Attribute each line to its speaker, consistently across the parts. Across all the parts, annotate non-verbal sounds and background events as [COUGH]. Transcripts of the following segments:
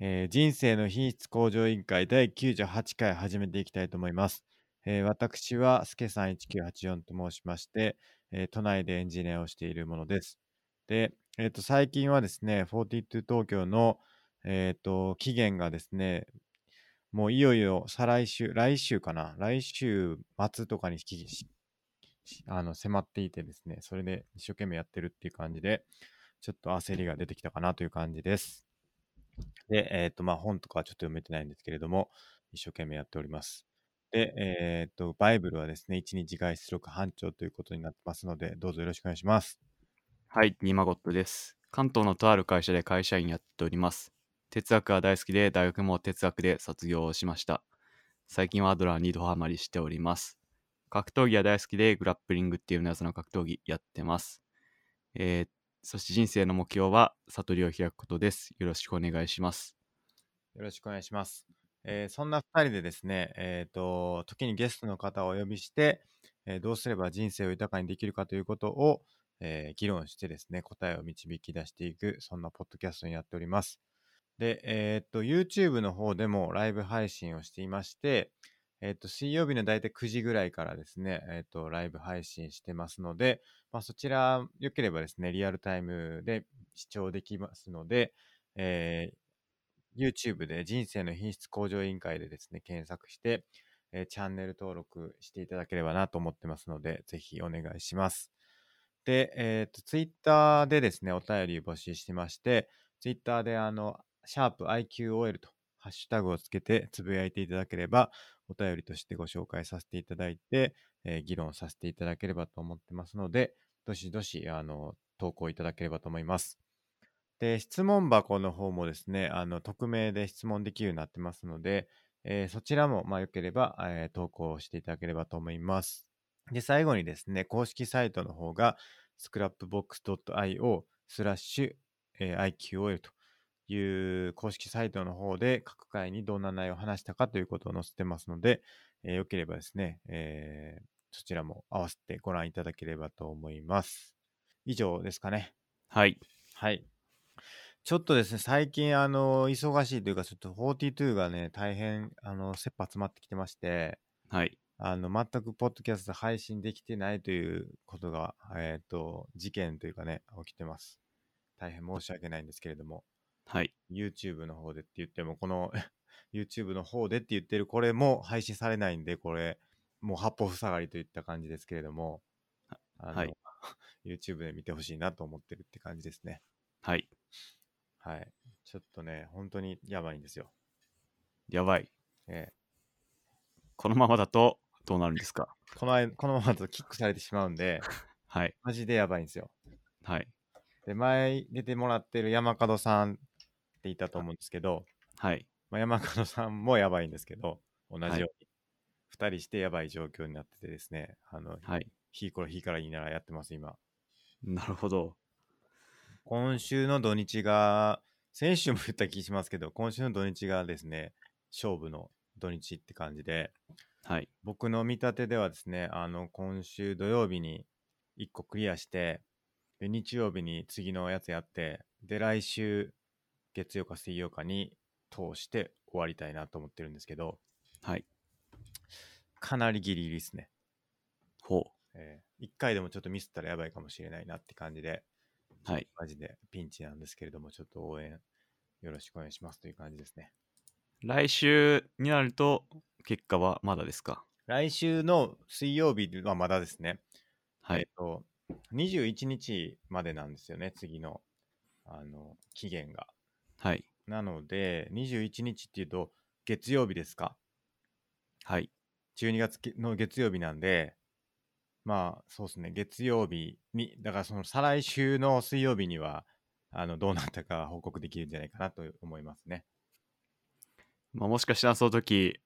Speaker 1: えー人生の品質向上委員会第98回始めていきたいと思います。えー私は、すけさん1984と申しまして、えー都内でエンジニアをしているものです。で、えっ、と、最近はですね、42東京の、えっ、と、期限がですね、もういよいよ再来週、来週かな、来週末とかにきしあの迫っていてですね、それで一生懸命やってるっていう感じで、ちょっと焦りが出てきたかなという感じです。で、えっ、と、まあ、本とかはちょっと読めてないんですけれども、一生懸命やっております。で、えっ、と、バイブルはですね、1日外出力班長ということになってますので、どうぞよろしくお願いします。
Speaker 2: はい、ニマゴットです。関東のとある会社で会社員やっております。哲学は大好きで、大学も哲学で卒業をしました。最近はアドラーにドハマりしております。格闘技は大好きで、グラップリングっていう謎の格闘技やってます。えー、そして人生の目標は悟りを開くことです。よろしくお願いします。
Speaker 1: よろしくお願いします。えーそんな2人でですね、えっ、と、時にゲストの方をお呼びして、えーどうすれば人生を豊かにできるかということを、えー議論してですね、答えを導き出していく、そんなポッドキャストになっております。で、えっ、と、YouTube の方でもライブ配信をしていまして、えっ、と、水曜日のだいたい9時ぐらいからですね、えっ、と、ライブ配信してますので、まあ、そちら、良ければですね、リアルタイムで視聴できますので、えー YouTube で人生の品質向上委員会でですね、検索して、えーチャンネル登録していただければなと思ってますので、ぜひお願いします。で、えっ、と、Twitter でですね、お便り募集してまして、Twitter であの、シャープ i q o l とハッシュタグをつけてつぶやいていただければ、お便りとしてご紹介させていただいて、えー議論させていただければと思ってますので、どしどし、あの、投稿いただければと思います。で、質問箱の方もですね、あの、匿名で質問できるようになってますので、えーそちらも、まあ、よければ、えー投稿していただければと思います。で、最後にですね、公式サイトの方が、scrapbox.io スラッシュ IQOL という公式サイトの方で、各回にどんな内容を話したかということを載せてますので、えーよければですね、えーそちらも合わせてご覧いただければと思います。以上ですかね。
Speaker 2: はい。
Speaker 1: はい。ちょっとですね、最近、あの、忙しいというか、ちょっと42がね、大変、あの、切羽詰まってきてまして、
Speaker 2: はい。
Speaker 1: あの、全くポッドキャスト配信できてないということが、えっ、と、事件というかね、起きてます。大変申し訳ないんですけれども、
Speaker 2: はい。
Speaker 1: YouTube の方でって言っても、この [LAUGHS] YouTube の方でって言ってる、これも配信されないんで、これ、もう八方塞がりといった感じですけれども、あの、
Speaker 2: はい
Speaker 1: [LAUGHS] YouTube で見てほしいなと思ってるって感じですね。
Speaker 2: はい。
Speaker 1: はい。ちょっとね、本当にやばいんですよ。
Speaker 2: やばい。
Speaker 1: え
Speaker 2: このままだとどうなるんですか
Speaker 1: えこの間、このままだとキックされてしまうん
Speaker 2: [LAUGHS]
Speaker 1: で、
Speaker 2: はい。
Speaker 1: マジでやばいんですよ。
Speaker 2: はい。
Speaker 1: で、前出てもらってる山門さんっていたと思うんですけど、
Speaker 2: はい。
Speaker 1: まあ、山門さんもやばいんですけど、同
Speaker 2: は
Speaker 1: じ
Speaker 2: い
Speaker 1: ように。二、人してやばい状況になっててですね、あの、
Speaker 2: はい。
Speaker 1: ひいこらひいからいいならやってます、今。
Speaker 2: なるほど。
Speaker 1: 今週の土日が、先週も言った気しますけど、今週の土日がですね、勝負の土日って感じで、
Speaker 2: はい。
Speaker 1: 僕の見立てではですね、あの、今週土曜日に1個クリアして、で、日曜日に次のやつやって、で、来週月曜か水曜かに通して終わりたいなと思ってるんですけど、
Speaker 2: はい。
Speaker 1: かなりギリギリですね。
Speaker 2: ほ
Speaker 1: え1回でもちょっとミスったらやばいかもしれないなって感じで、
Speaker 2: う。はい。
Speaker 1: マジでピンチなんですけれども、ちょっと応援よろしくお願いしますという感じですね。
Speaker 2: 来週になると結果はまだですか
Speaker 1: 来週の水曜日はまだですね、
Speaker 2: は
Speaker 1: えっ
Speaker 2: い。
Speaker 1: と、21日までなんですよね、次の、あの、期限が。
Speaker 2: はい。
Speaker 1: なので、21日っていうと、月曜日ですか。
Speaker 2: はい。
Speaker 1: 12月きの月曜日なんで、まあ、そうですね、月曜日に、だからその再来週の水曜日には、あの、どうなったか報告できるんじゃないかなと思いますね。
Speaker 2: まあ、もしかしたらその時、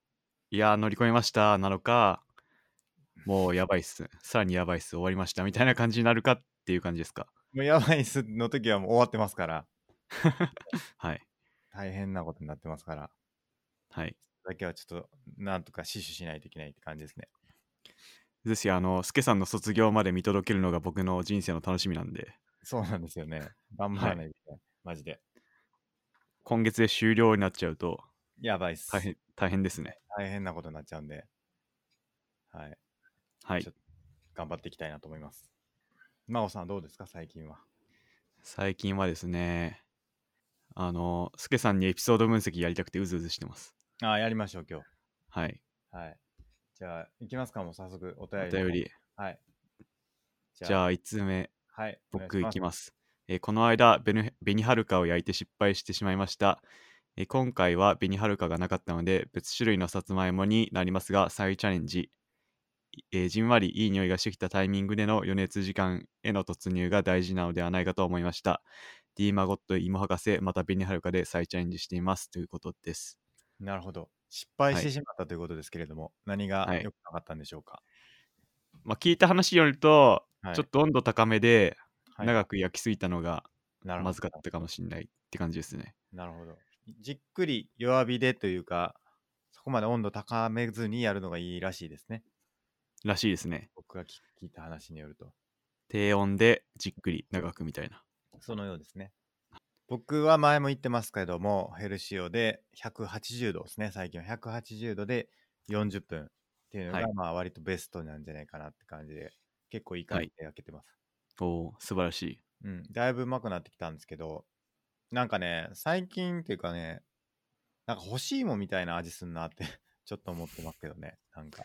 Speaker 2: いやー、乗り越えましたなのか、もうやばいっす。さらにやばいっす。終わりました。みたいな感じになるかっていう感じですか
Speaker 1: もうやばいっすの時はもう終わってますから、
Speaker 2: はい。
Speaker 1: 大変なことになってますから、
Speaker 2: はい。
Speaker 1: だけはちょっと、なんとか死守しないといけないって感じですね。
Speaker 2: ぜひ、あの、スケさんの卒業まで見届けるのが僕の人生の楽しみなんで、
Speaker 1: そうなんですよね。頑張らないといけない。マジで。
Speaker 2: 今月で終了になっちゃうと
Speaker 1: やばいっす。
Speaker 2: 大変大変ですね。
Speaker 1: 大変なことになっちゃうんで、はい。
Speaker 2: はい
Speaker 1: ちょ。っと頑張っていきたいなと思います。真央さんどうですか最近は。
Speaker 2: 最近はですね、あの、スケさんにエピソード分析やりたくてうずうずしてます。
Speaker 1: ああ、やりましょう、今
Speaker 2: はい。
Speaker 1: 日。はい。じゃあ、いきますか、もう早速、お便り。
Speaker 2: お便。り。
Speaker 1: はい。
Speaker 2: じゃあ、5つ目、
Speaker 1: あ、はい。
Speaker 2: 僕いき
Speaker 1: ま
Speaker 2: ます。えーこの間、ベヌベニハルカを焼いて失敗してしまいました。えー今回はベニハルカがなかったので、別種類のさつまいもになりますが、再チャレンジ。えーじんわりいい匂いがしてきたタイミングでの余熱時間への突入が大事なのではないかと思いました。D マゴット、イモ博士、またベニハルカで再チャレンジしていますということです。
Speaker 1: す。なるほど。失敗し
Speaker 2: は
Speaker 1: て
Speaker 2: い
Speaker 1: しまったということですけれども、何が
Speaker 2: はい
Speaker 1: 良くなかったんでしょうか。
Speaker 2: まあ、聞いた話によると、
Speaker 1: はい、
Speaker 2: ちょっと温度高めで
Speaker 1: はい
Speaker 2: 長く焼きすぎたのが
Speaker 1: なるほど
Speaker 2: まずかったかもしれないって感じですね。
Speaker 1: なるほど。じっくり弱火でというか、そこまで温度高めずにやるのがいいらしいですね。
Speaker 2: らしいですね。
Speaker 1: 僕が聞聞いた話によると。
Speaker 2: 低温でじっくり長くみたいな。
Speaker 1: そのようですね。僕は前も言ってますけども、ヘルシオで180度ですね、最近は180度で40分っていうのが、
Speaker 2: はい
Speaker 1: まあ割とベストなんじゃないかなって感じで、結構いい感じで焼けてます。
Speaker 2: おお、素晴らしい。
Speaker 1: うん、だいぶうまくなってきたんですけど、なんかね、最近っていうかね、なんか欲しいもみたいな味すんなって [LAUGHS] ちょっと思ってますけどね、なんか、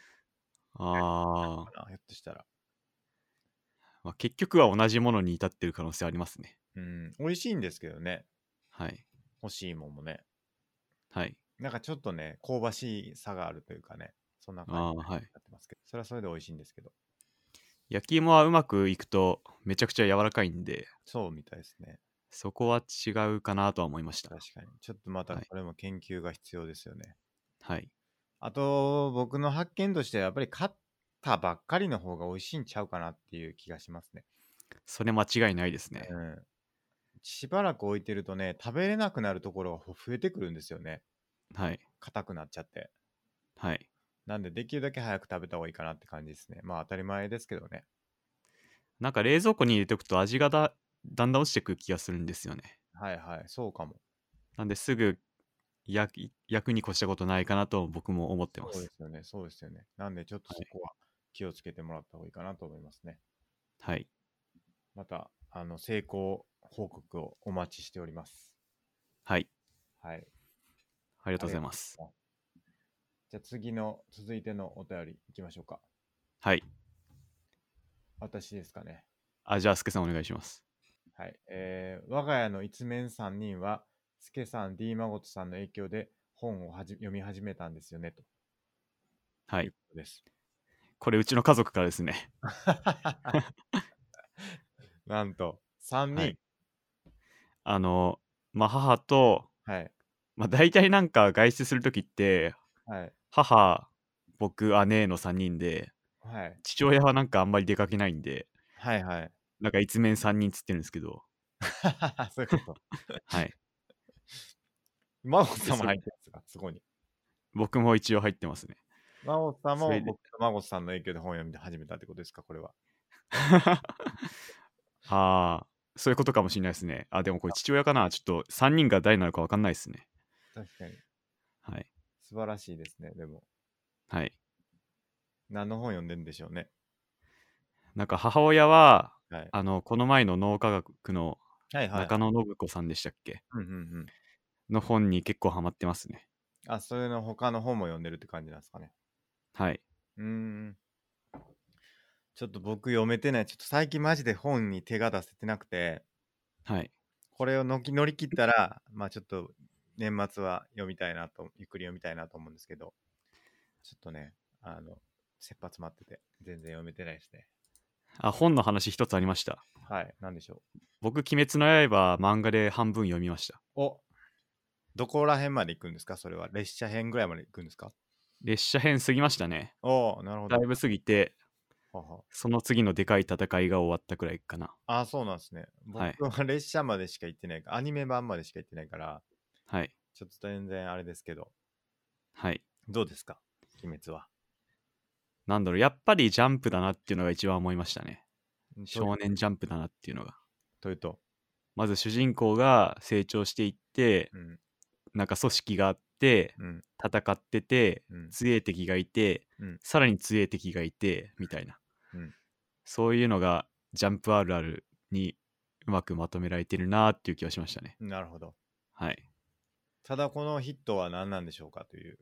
Speaker 2: あー、
Speaker 1: [LAUGHS] ひょっとしたら。
Speaker 2: まあ、結局は同じものに至ってる可能性ありますね。
Speaker 1: うん、美味しいんですけどね、
Speaker 2: はい。
Speaker 1: 欲しいもんもね。
Speaker 2: はい。
Speaker 1: なんかちょっとね、香ばしい差があるというかね、そんな感じに
Speaker 2: あー
Speaker 1: な
Speaker 2: は
Speaker 1: っ
Speaker 2: い
Speaker 1: てますけど、それはそれで美味しいんですけど、
Speaker 2: 焼き芋はうまくいくとめちゃくちゃ柔らかいんで、
Speaker 1: そうみたいですね。
Speaker 2: そこは違うかなとは思いました
Speaker 1: 確。かに。ちょっとまた
Speaker 2: はい
Speaker 1: これも研究が必要ですよね。
Speaker 2: はい。
Speaker 1: あと、僕の発見としては、やっぱり買ったばっかりの方が美味しいんちゃうかなっていう気がしますね。
Speaker 2: それ間違いないですね
Speaker 1: う。ん。しばらく置いてるとね、食べれなくなるところが増えてくるんですよね。
Speaker 2: はい。
Speaker 1: 硬くなっちゃって。
Speaker 2: はい。
Speaker 1: なんで、できるだけ早く食べた方がいいかなって感じですね。まあ、当たり前ですけどね。
Speaker 2: なんか冷蔵庫に入れておくと味がだだんだん落ちてくる気がするんですよね。
Speaker 1: はいはい、そうかも。
Speaker 2: なんですぐ焼き焼くに越したことないかなと僕も思って
Speaker 1: そ
Speaker 2: ま
Speaker 1: う
Speaker 2: す
Speaker 1: で。すよね、そうですよね。なんで、ちょっと
Speaker 2: は
Speaker 1: そ
Speaker 2: い
Speaker 1: こは気をつけてもらった方がいいかなと思いますね。
Speaker 2: はい。
Speaker 1: また、あの、成功報告をお待ちしております。
Speaker 2: はい。
Speaker 1: はい。
Speaker 2: ありがとうございます。
Speaker 1: じゃあ次の、続いてのお便りいきましょうか。
Speaker 2: はい。
Speaker 1: 私ですかね。
Speaker 2: あ、じゃあ、すけさんお願いします。
Speaker 1: はい。えー、我が家の一面3人は、スケさん、D マゴトさんの影響で本をはじ読み始めたんですよね、と。
Speaker 2: はい。 [LAUGHS]
Speaker 1: です。
Speaker 2: これ、うちの家族からですね。 [LAUGHS]
Speaker 1: なんと、3人。は
Speaker 2: はいい。あの、まあ、母と、
Speaker 1: はい。
Speaker 2: まあ、大体なんか外出するときって、
Speaker 1: はい。
Speaker 2: 母、僕、姉の3人で、
Speaker 1: はい。
Speaker 2: 父親はなんかあんまり出かけないんで、
Speaker 1: はい。はい。
Speaker 2: なんか一面3人つってるんですけど、
Speaker 1: そういうこと。
Speaker 2: はい。
Speaker 1: 真央さんも
Speaker 2: そ
Speaker 1: 入
Speaker 2: れ
Speaker 1: ってますか、そこに。
Speaker 2: 僕も一応入ってますね。 [LAUGHS]
Speaker 1: 真央さんも
Speaker 2: それで
Speaker 1: 僕と真央さんの影響で本を読み始めたってことですか、これは。
Speaker 2: ああ、そういうことかもしれないですね。あ、でもこれ父親かなちょっと3人が誰なのかわかんないですね。
Speaker 1: 確かに。
Speaker 2: はい。
Speaker 1: 素晴らしいですね、でも。
Speaker 2: はい。
Speaker 1: 何の本読んでんでしょうね。
Speaker 2: なんか母親は、
Speaker 1: はい。
Speaker 2: あの、この前の脳科学の
Speaker 1: はいはい。
Speaker 2: 中野信子さんでしたっけ、
Speaker 1: うんうんうん。
Speaker 2: の本に結構ハマってますね。
Speaker 1: あ、それの他の本も読んでるって感じなんですかね。
Speaker 2: はい。
Speaker 1: うーん。ちょっと僕読めてない。ちょっと最近マジで本に手が出せてなくて、
Speaker 2: はい。
Speaker 1: これをのき乗り切ったら、まあちょっと年末は読みたいなと、ゆっくり読みたいなと思うんですけど、ちょっとね、あの、切羽詰まってて、全然読めてないですね。
Speaker 2: あ、本の話一つありました。
Speaker 1: はい、なんでしょう。
Speaker 2: 僕、鬼滅の刃漫画で半分読みました。
Speaker 1: おどこら辺まで行くんですかそれは列車編ぐらいまで行くんですか
Speaker 2: 列車編過ぎましたね。
Speaker 1: おおなるほど
Speaker 2: だい。ぶ過ぎて、
Speaker 1: はは
Speaker 2: その次のでかい戦いが終わったくらいかな。
Speaker 1: ああ、そうなんですね。僕
Speaker 2: はい
Speaker 1: は列車までしか行ってないから、アニメ版までしか行ってないから、
Speaker 2: はい。
Speaker 1: ちょっと全然あれですけど、
Speaker 2: はい。
Speaker 1: どうですか鬼滅は。
Speaker 2: なんだろう、やっぱりジャンプだなっていうのが一番思いましたね。少
Speaker 1: と
Speaker 2: 年ジャンプだなっていうのが。
Speaker 1: というと、
Speaker 2: まず主人公が成長していって、
Speaker 1: うん、
Speaker 2: なんか組織があって
Speaker 1: うん。
Speaker 2: 戦ってて
Speaker 1: うん。
Speaker 2: 強い敵がいて、
Speaker 1: うん
Speaker 2: さらに強い敵がいてみたいな、
Speaker 1: うん
Speaker 2: そういうのがジャンプあるあるにうまくまとめられてるなーっていう気がしましたね
Speaker 1: なるほど。
Speaker 2: はい
Speaker 1: ただこのヒットは何なんでしょうかという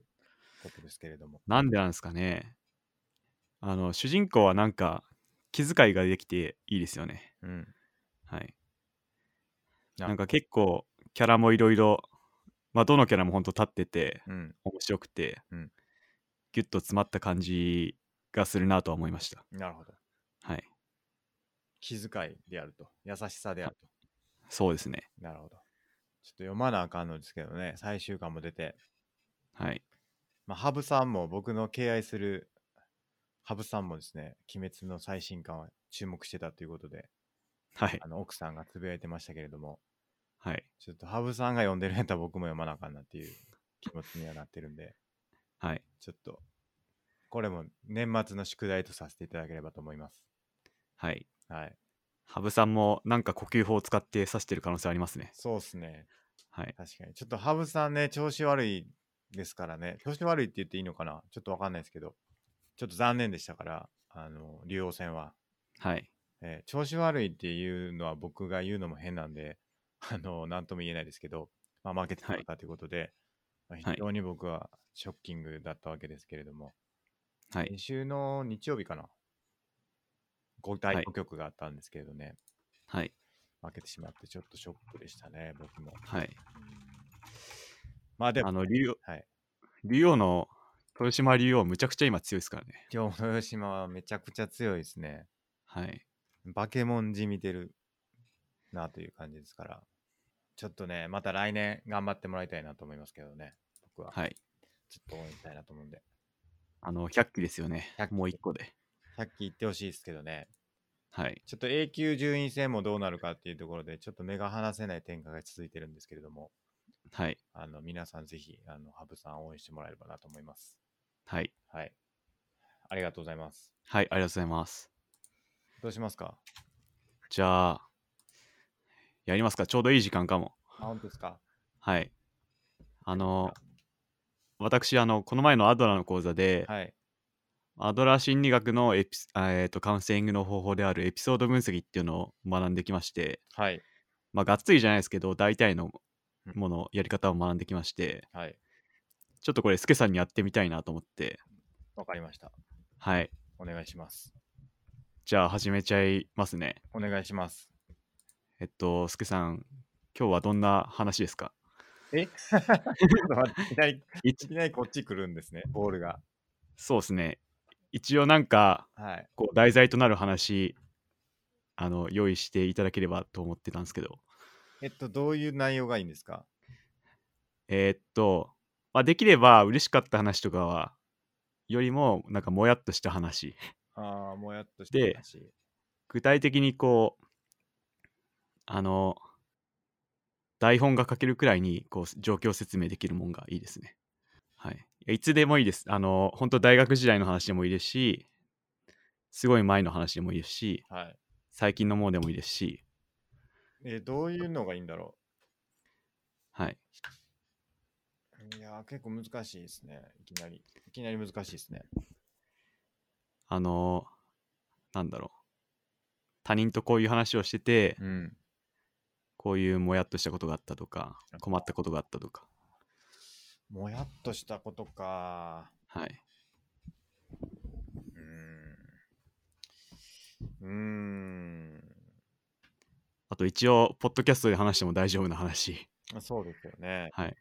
Speaker 1: ことですけれども。
Speaker 2: なんでなんですかねあの主人公はなんか気遣いができていいですよね
Speaker 1: うん。
Speaker 2: はい
Speaker 1: な
Speaker 2: なんか結構キャラもいろいろまあどのキャラもほんと立ってて
Speaker 1: うん。
Speaker 2: 面白くて、
Speaker 1: うん
Speaker 2: ギュッと詰まった感じがするなとは思いました
Speaker 1: なるほど。
Speaker 2: はい
Speaker 1: 気遣いであると。優しさであると。
Speaker 2: そうですね
Speaker 1: なるほど。ちょっと読まなあかんのですけどね、最終巻も出て。
Speaker 2: はい
Speaker 1: まあ、ハブさんも僕の敬愛するハブさんもですね、鬼滅の最新巻は注目してたということで、
Speaker 2: はい
Speaker 1: あの奥さんがつぶやいてましたけれども、
Speaker 2: はい
Speaker 1: ちょっとハブさんが読んでるんやったら僕も読まなあかんなっていう気持ちにはなってるんで、
Speaker 2: はい
Speaker 1: ちょっと、これも年末の宿題とさせていただければと思います。
Speaker 2: はい
Speaker 1: はい。
Speaker 2: 羽生さんもなんか呼吸法を使って指してる可能性ありますね
Speaker 1: そうっすね。
Speaker 2: はい
Speaker 1: 確かに。ちょっとハブさんね、調子悪いですからね、調子悪いって言っていいのかなちょっとわかんないですけど、ちょっと残念でしたから、あの、竜王戦は。
Speaker 2: はい
Speaker 1: えー調子悪いっていうのは僕が言うのも変なんで、あの、なんとも言えないですけど、まあ、負けてしまったということで、まあ
Speaker 2: はい
Speaker 1: 非常に僕はショッキングだったわけですけれども、
Speaker 2: は
Speaker 1: 先
Speaker 2: い
Speaker 1: 週の日曜日かな、5対
Speaker 2: はい
Speaker 1: 5局があったんですけれどね、
Speaker 2: はい
Speaker 1: 負けてしまってちょっとショックでしたね、僕も。
Speaker 2: はい
Speaker 1: まあで
Speaker 2: あ
Speaker 1: も、
Speaker 2: の竜王
Speaker 1: はい。
Speaker 2: 竜王の豊島竜王むちゃくちゃ今強いですからね
Speaker 1: 今日の吉島はめちゃくちゃ強いですね。
Speaker 2: はい
Speaker 1: バケモンじみてるなという感じですから、ちょっとね、また来年頑張ってもらいたいなと思いますけどね、僕は。
Speaker 2: はい
Speaker 1: ちょっと応援したいなと思うんで。
Speaker 2: あの100期ですよね
Speaker 1: 100期
Speaker 2: もう1個で
Speaker 1: さっき言ってほしいですけどね、
Speaker 2: はい
Speaker 1: ちょっと A 級順位戦もどうなるかっていうところで、ちょっと目が離せない展開が続いてるんですけれども、
Speaker 2: はい
Speaker 1: あの皆さんぜひ、あの、ハブさん応援してもらえればなと思います。
Speaker 2: はい
Speaker 1: はい。ありがとうございます。
Speaker 2: はいありがとうございます
Speaker 1: どうしますか
Speaker 2: じゃあやりますかちょうどいい時間かも
Speaker 1: あ、本当ですか
Speaker 2: はいあの私あのこの前のアドラーの講座で、
Speaker 1: はい。
Speaker 2: アドラー心理学のエピスあえーとカウンセリングの方法であるエピソード分析っていうのを学んできまして、
Speaker 1: はい。
Speaker 2: まあ、がっつりじゃないですけど大体の
Speaker 1: うん
Speaker 2: ものやり方を学んできまして
Speaker 1: はい。
Speaker 2: ちょっとこれスケさんにやってみたいなと思って
Speaker 1: わかりました。
Speaker 2: はい
Speaker 1: お願いします。
Speaker 2: じゃあ始めちゃいますね
Speaker 1: お願いします。
Speaker 2: えっとスケさん今日はどんな話ですか
Speaker 1: えちょっと待 [LAUGHS] っていきなり、い
Speaker 2: 一
Speaker 1: きなりこっち来るんですね、ボールが。
Speaker 2: そうですね一応なんか
Speaker 1: はい。
Speaker 2: こう題材となる話あの用意していただければと思ってたんですけど
Speaker 1: えっと、どういう内容がいいんですか
Speaker 2: えーっと、まあ、できれば嬉しかった話とかはよりもなんかもやっとした話
Speaker 1: ああ、もやっとして
Speaker 2: で具体的にこうあの台本が書けるくらいにこう状況説明できるもんがいいですねはいいやいつでもいいですあの本当大学時代の話でもいいですしすごい前の話でもいいですし
Speaker 1: はい。
Speaker 2: 最近のものでもいいですし
Speaker 1: えーどういうのがいいんだろ
Speaker 2: はい、
Speaker 1: ういやー、結構難しいですね。いきなり。いきなり難しいですね。
Speaker 2: あのなんだろう他人とこういう話をしてて、
Speaker 1: うん。
Speaker 2: こういうもやっとしたことがあったとか、困ったことがあったとか。
Speaker 1: もやっとしたことか。
Speaker 2: はい。
Speaker 1: うーん。うーん。
Speaker 2: あと一応、ポッドキャストで話しても大丈夫な話。
Speaker 1: まあそうですよね。
Speaker 2: はい。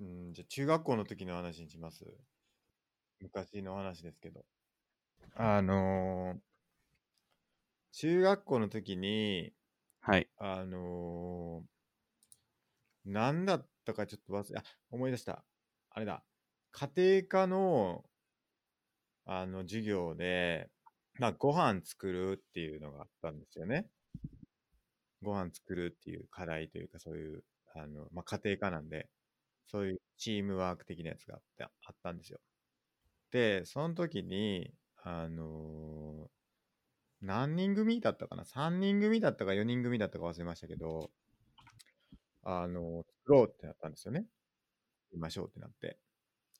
Speaker 1: うん、じゃあ中学校の時の話にします。昔の話ですけど。あのー中学校の時に、
Speaker 2: はい。
Speaker 1: あのー何だったかちょっと忘れ、あ、思い出した。あれだ。家庭科の、あの、授業で、まあ、ご飯作るっていうのがあったんですよね。ご飯作るっていう課題というか、そういう、あの、まあ、家庭科なんで、そういうチームワーク的なやつがあって、あったんですよ。で、その時に、あのー何人組だったかな ?3 人組だったか4人組だったか忘れましたけど、あの、作ろうってなったんですよね。作りましょうってなって。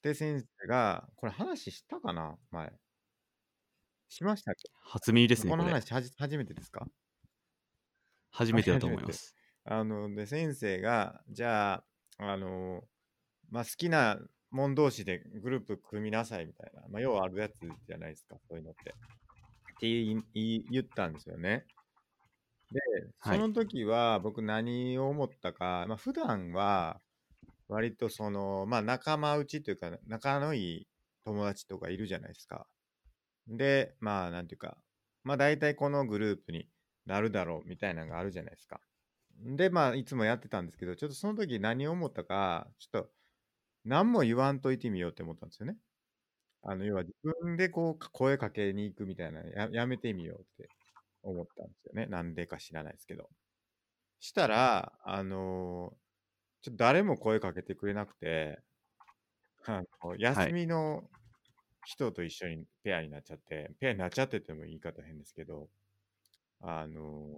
Speaker 1: で、先生が、これ話したかな前。しましたっけ
Speaker 2: 初耳ですね、
Speaker 1: こ
Speaker 2: こ
Speaker 1: の
Speaker 2: れ。
Speaker 1: 話はじ初めてですか
Speaker 2: 初めてだと思います。
Speaker 1: あの、で、先生が、じゃあ、あの、まあ、好きなもん同士でグループ組みなさいみたいな、まあ、要はあるやつじゃないですか、そういうのって。って言い言い言ったんですよね。で、
Speaker 2: は
Speaker 1: そ
Speaker 2: い。
Speaker 1: の時は僕何を思ったか、まあ、普段は割とその、まあ、仲間内というか、仲のいい友達とかいるじゃないですか。で、まあ、なんていうか、まあ、大体このグループになるだろうみたいなのがあるじゃないですか。で、まあ、いつもやってたんですけど、ちょっとその時何を思ったか、ちょっと何も言わんといてみようって思ったんですよね。あの、要は自分でこうか声かけに行くみたいなのや、やめてみようって思ったんですよね。なんでか知らないですけど。したら、あのーちょっと誰も声かけてくれなくて、あの
Speaker 2: は
Speaker 1: 休
Speaker 2: い。
Speaker 1: みの人と一緒にペアになっちゃって、ペアになっちゃってても言い方変ですけど、あのー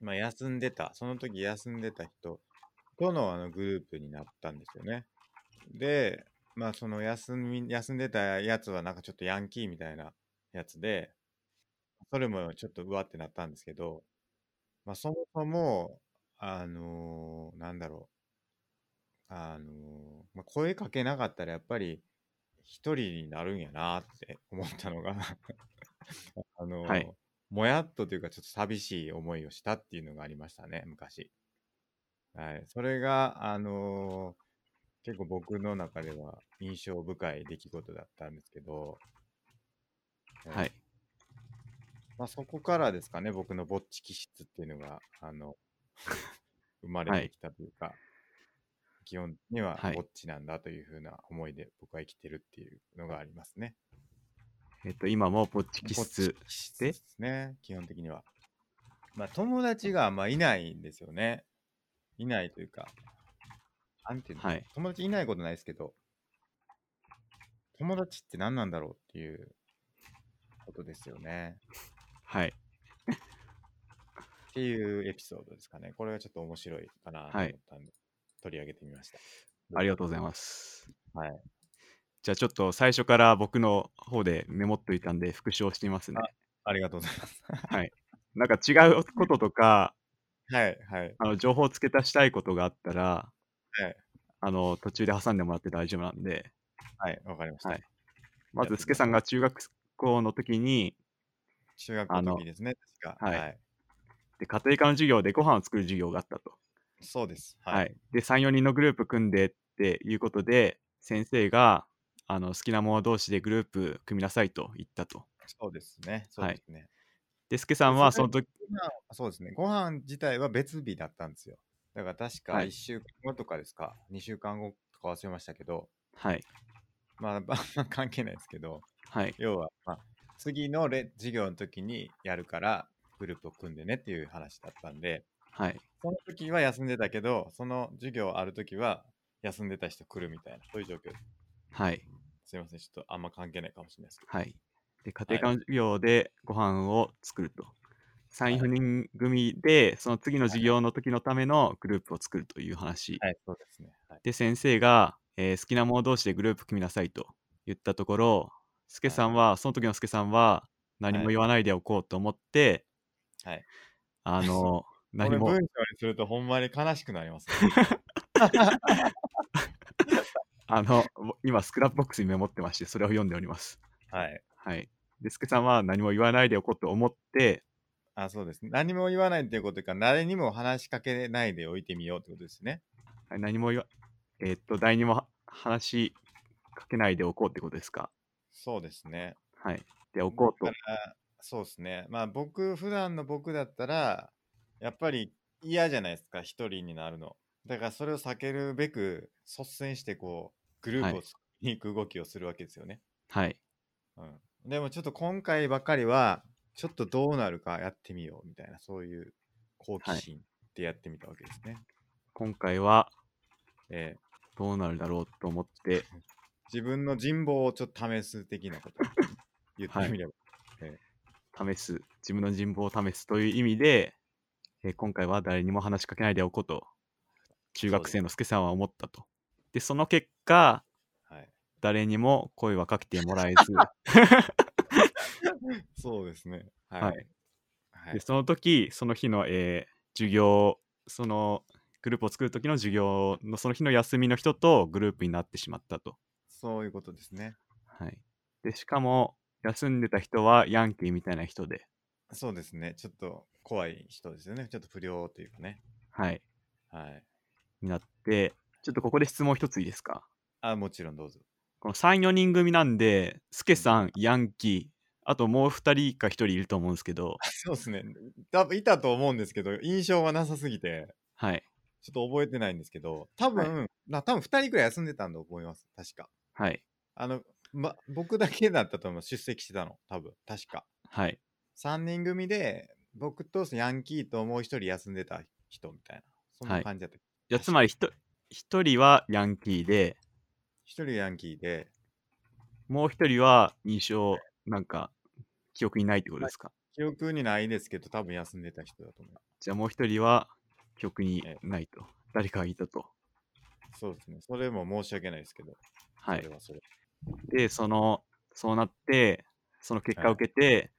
Speaker 1: まあ、休んでた、その時休んでた人とのあのグループになったんですよね。で、まあ、その休み、休んでたやつはなんかちょっとヤンキーみたいなやつで、それもちょっとうわってなったんですけど、まあ、そもそも、あのーなんだろう、あのーまあ、声かけなかったらやっぱり一人になるんやなって [LAUGHS] 思ったのがあ
Speaker 2: はい。
Speaker 1: のーもやっとというかちょっと寂しい思いをしたっていうのがありましたね、昔。はい。それが、あのー結構僕の中では印象深い出来事だったんですけど、は。
Speaker 2: はいい。
Speaker 1: まあ、そこからですかね、僕のぼっち気質っていうのが、あの、 [LAUGHS] 生まれ
Speaker 2: は
Speaker 1: て
Speaker 2: い。
Speaker 1: きたというか、基本には
Speaker 2: は
Speaker 1: ぼ
Speaker 2: い。
Speaker 1: っちなんだというふうな思いで僕は生きてるっていうのがありますね。
Speaker 2: えっと、今もぼっち気
Speaker 1: ぼっち
Speaker 2: 質
Speaker 1: 気質で
Speaker 2: で、
Speaker 1: すね、基本的には。まあ、友達があんまいないんですよね。いないというか、なんていうの、
Speaker 2: はい。
Speaker 1: 友達いないことないですけど、友達って何なんだろうっていうことですよね。
Speaker 2: はい。
Speaker 1: っていうエピソードですかね。これがちょっと面白いかな
Speaker 2: は
Speaker 1: と
Speaker 2: い。
Speaker 1: 思ったんで、取り上げてみました。ど
Speaker 2: あ
Speaker 1: う
Speaker 2: り
Speaker 1: ぞ。
Speaker 2: がとうございます。
Speaker 1: はい。
Speaker 2: じゃあちょっと最初から僕の方でメモっといたんで復唱してみます
Speaker 1: あ、
Speaker 2: ね。
Speaker 1: ありがとうございます。
Speaker 2: はい。なんか違うこととか、
Speaker 1: はい、はい、
Speaker 2: あの情報を付け足したいことがあったら、
Speaker 1: はい、
Speaker 2: あの途中で挟んでもらって大丈夫なんで、
Speaker 1: はい、わかりまし
Speaker 2: は
Speaker 1: た。
Speaker 2: い。
Speaker 1: あ
Speaker 2: ま
Speaker 1: りが
Speaker 2: ず、
Speaker 1: とうござ
Speaker 2: スケ
Speaker 1: い
Speaker 2: さん
Speaker 1: ま
Speaker 2: が
Speaker 1: す。
Speaker 2: 中学校の時に、
Speaker 1: 中学校
Speaker 2: あ
Speaker 1: の
Speaker 2: の、
Speaker 1: 時ですね、確か。
Speaker 2: はい。
Speaker 1: はい。
Speaker 2: で、家庭科の授業でご飯を作る授業があったと。
Speaker 1: そうです。は。
Speaker 2: はいい。で、3、4人のグループ組んでっていうことで、先生が、あの、好きな者同士でグループ組みなさいと言ったと。
Speaker 1: そうですね、そう
Speaker 2: は
Speaker 1: で
Speaker 2: い。
Speaker 1: すね。
Speaker 2: で、スケさ
Speaker 1: で、
Speaker 2: ん
Speaker 1: そ
Speaker 2: は
Speaker 1: れ
Speaker 2: そ
Speaker 1: が、
Speaker 2: の時、
Speaker 1: そうですね、ご飯自体は別日だったんですよ。だから確か
Speaker 2: はい。
Speaker 1: 1週間後とかですか、2週間後とか忘れましたけど、
Speaker 2: はい。
Speaker 1: まあ、まあ関係ないですけど、
Speaker 2: はい。
Speaker 1: 要は、まあ、次のレ授業の時にやるから、グループを組んでねっていう話だったんで、
Speaker 2: はい。
Speaker 1: その時は休んでたけど、その授業ある時は休んでた人来るみたいな、そういう状況です。
Speaker 2: はい。
Speaker 1: すいません、ちょっとあんま関係ないかもしれないですけ
Speaker 2: はい。で、家
Speaker 1: ど。
Speaker 2: 庭
Speaker 1: は
Speaker 2: 科
Speaker 1: い。
Speaker 2: の授業でご飯を作ると。3、
Speaker 1: はい。
Speaker 2: 4人組で、その次の
Speaker 1: は
Speaker 2: 授
Speaker 1: い。
Speaker 2: 業の時のためのグループを作るという話。
Speaker 1: はい、そうですね。はい。
Speaker 2: で、先生が、えー好きな者同士でグループ組みなさいと言ったところ、スケ
Speaker 1: は
Speaker 2: さ
Speaker 1: い。
Speaker 2: んは、その時のスケさんは、何
Speaker 1: は
Speaker 2: も
Speaker 1: い。
Speaker 2: 言わないでおこうと思って、
Speaker 1: はい。
Speaker 2: あ
Speaker 1: [LAUGHS]
Speaker 2: の、
Speaker 1: こ
Speaker 2: 何
Speaker 1: れ文章
Speaker 2: も、
Speaker 1: にするとほんまに悲しくなり [LAUGHS] ますね。
Speaker 2: あの、ぼ今、スクラップボックスにメモってまして、それを読んでおります。
Speaker 1: はい。
Speaker 2: はい。で、スケさんは何も言わないでおこうと思って、
Speaker 1: あ、そうですね。何も言わないっていうことか、誰にも話しかけないでおいてみようってことですね。
Speaker 2: はい何も言わ、えーっと、誰にもは話しかけないでおこうってことですか。
Speaker 1: そうですね。
Speaker 2: はい。で、お
Speaker 1: だ
Speaker 2: こう
Speaker 1: か
Speaker 2: と。
Speaker 1: ら、そうですね。まあ僕、普段の僕だったら、やっぱり嫌じゃないですか、一人になるの。だからそれを避けるべく、率先してこう、グルー
Speaker 2: は
Speaker 1: プ
Speaker 2: い。
Speaker 1: を作りに行く動きをするわけですよね。
Speaker 2: はい。
Speaker 1: うん。でもちょっと今回ばかりは、ちょっとどうなるかやってみようみたいな、そういう好奇
Speaker 2: はい。
Speaker 1: 心でやってみたわけですね。
Speaker 2: 今回は、
Speaker 1: ええ
Speaker 2: どうなるだろうと思って、
Speaker 1: 自分の人望をちょっと試す的なことですね。言って
Speaker 2: はい。
Speaker 1: みれば。ええ
Speaker 2: 試す、自分の人望を試すという意味で、えー今回は誰にも話しかけないでおこうと。中学生の助さんは思ったと。で、その結果、
Speaker 1: はい。
Speaker 2: 誰にも声はかけてもらえず、
Speaker 1: そうですね。はい。
Speaker 2: は
Speaker 1: はいい。
Speaker 2: でその時その日の、えー授業そのグループを作る時の授業のその日の休みの人とグループになってしまったと、
Speaker 1: そういうことですね。
Speaker 2: はい、でしかも休んでた人はヤンキーみたいな人で、
Speaker 1: そうですね。ちょっと怖い人ですよね。ちょっと不良というかね。
Speaker 2: はい、
Speaker 1: はい。
Speaker 2: になってちょっとここで質問一ついいですか
Speaker 1: あ、もちろんどうぞ。 [LAUGHS]
Speaker 2: この34人組なんでスケさんヤンキーあともう2人か1人いると思うんですけど、
Speaker 1: そうですね。多分いたと思うんですけど、印象はなさすぎて、
Speaker 2: はい
Speaker 1: ちょっと覚えてないんですけど、多分、な多分2人くらい休んでたんだと思います。確か。
Speaker 2: はい
Speaker 1: あの、ま、僕だけだったと思う。出席してたの。多分、確か。
Speaker 2: はい
Speaker 1: 3人組で、僕とヤンキーともう1人休んでた人みたいな。そん
Speaker 2: は
Speaker 1: ない感じだった。
Speaker 2: いやつまり 1, 人はヤンキーで
Speaker 1: 一1人ヤンキーで、
Speaker 2: もう一人は印象、なんか、記憶にないってことですか、
Speaker 1: 記憶にないですけど、多分休んでた人だと思う。
Speaker 2: じゃあもう一人は記憶に
Speaker 1: ええ
Speaker 2: ないと。誰かがいたと。
Speaker 1: そうですね。それも申し訳ないですけど、
Speaker 2: は
Speaker 1: そ
Speaker 2: い
Speaker 1: れ。はそれ。
Speaker 2: で、その、そうなって、その結果を受けて、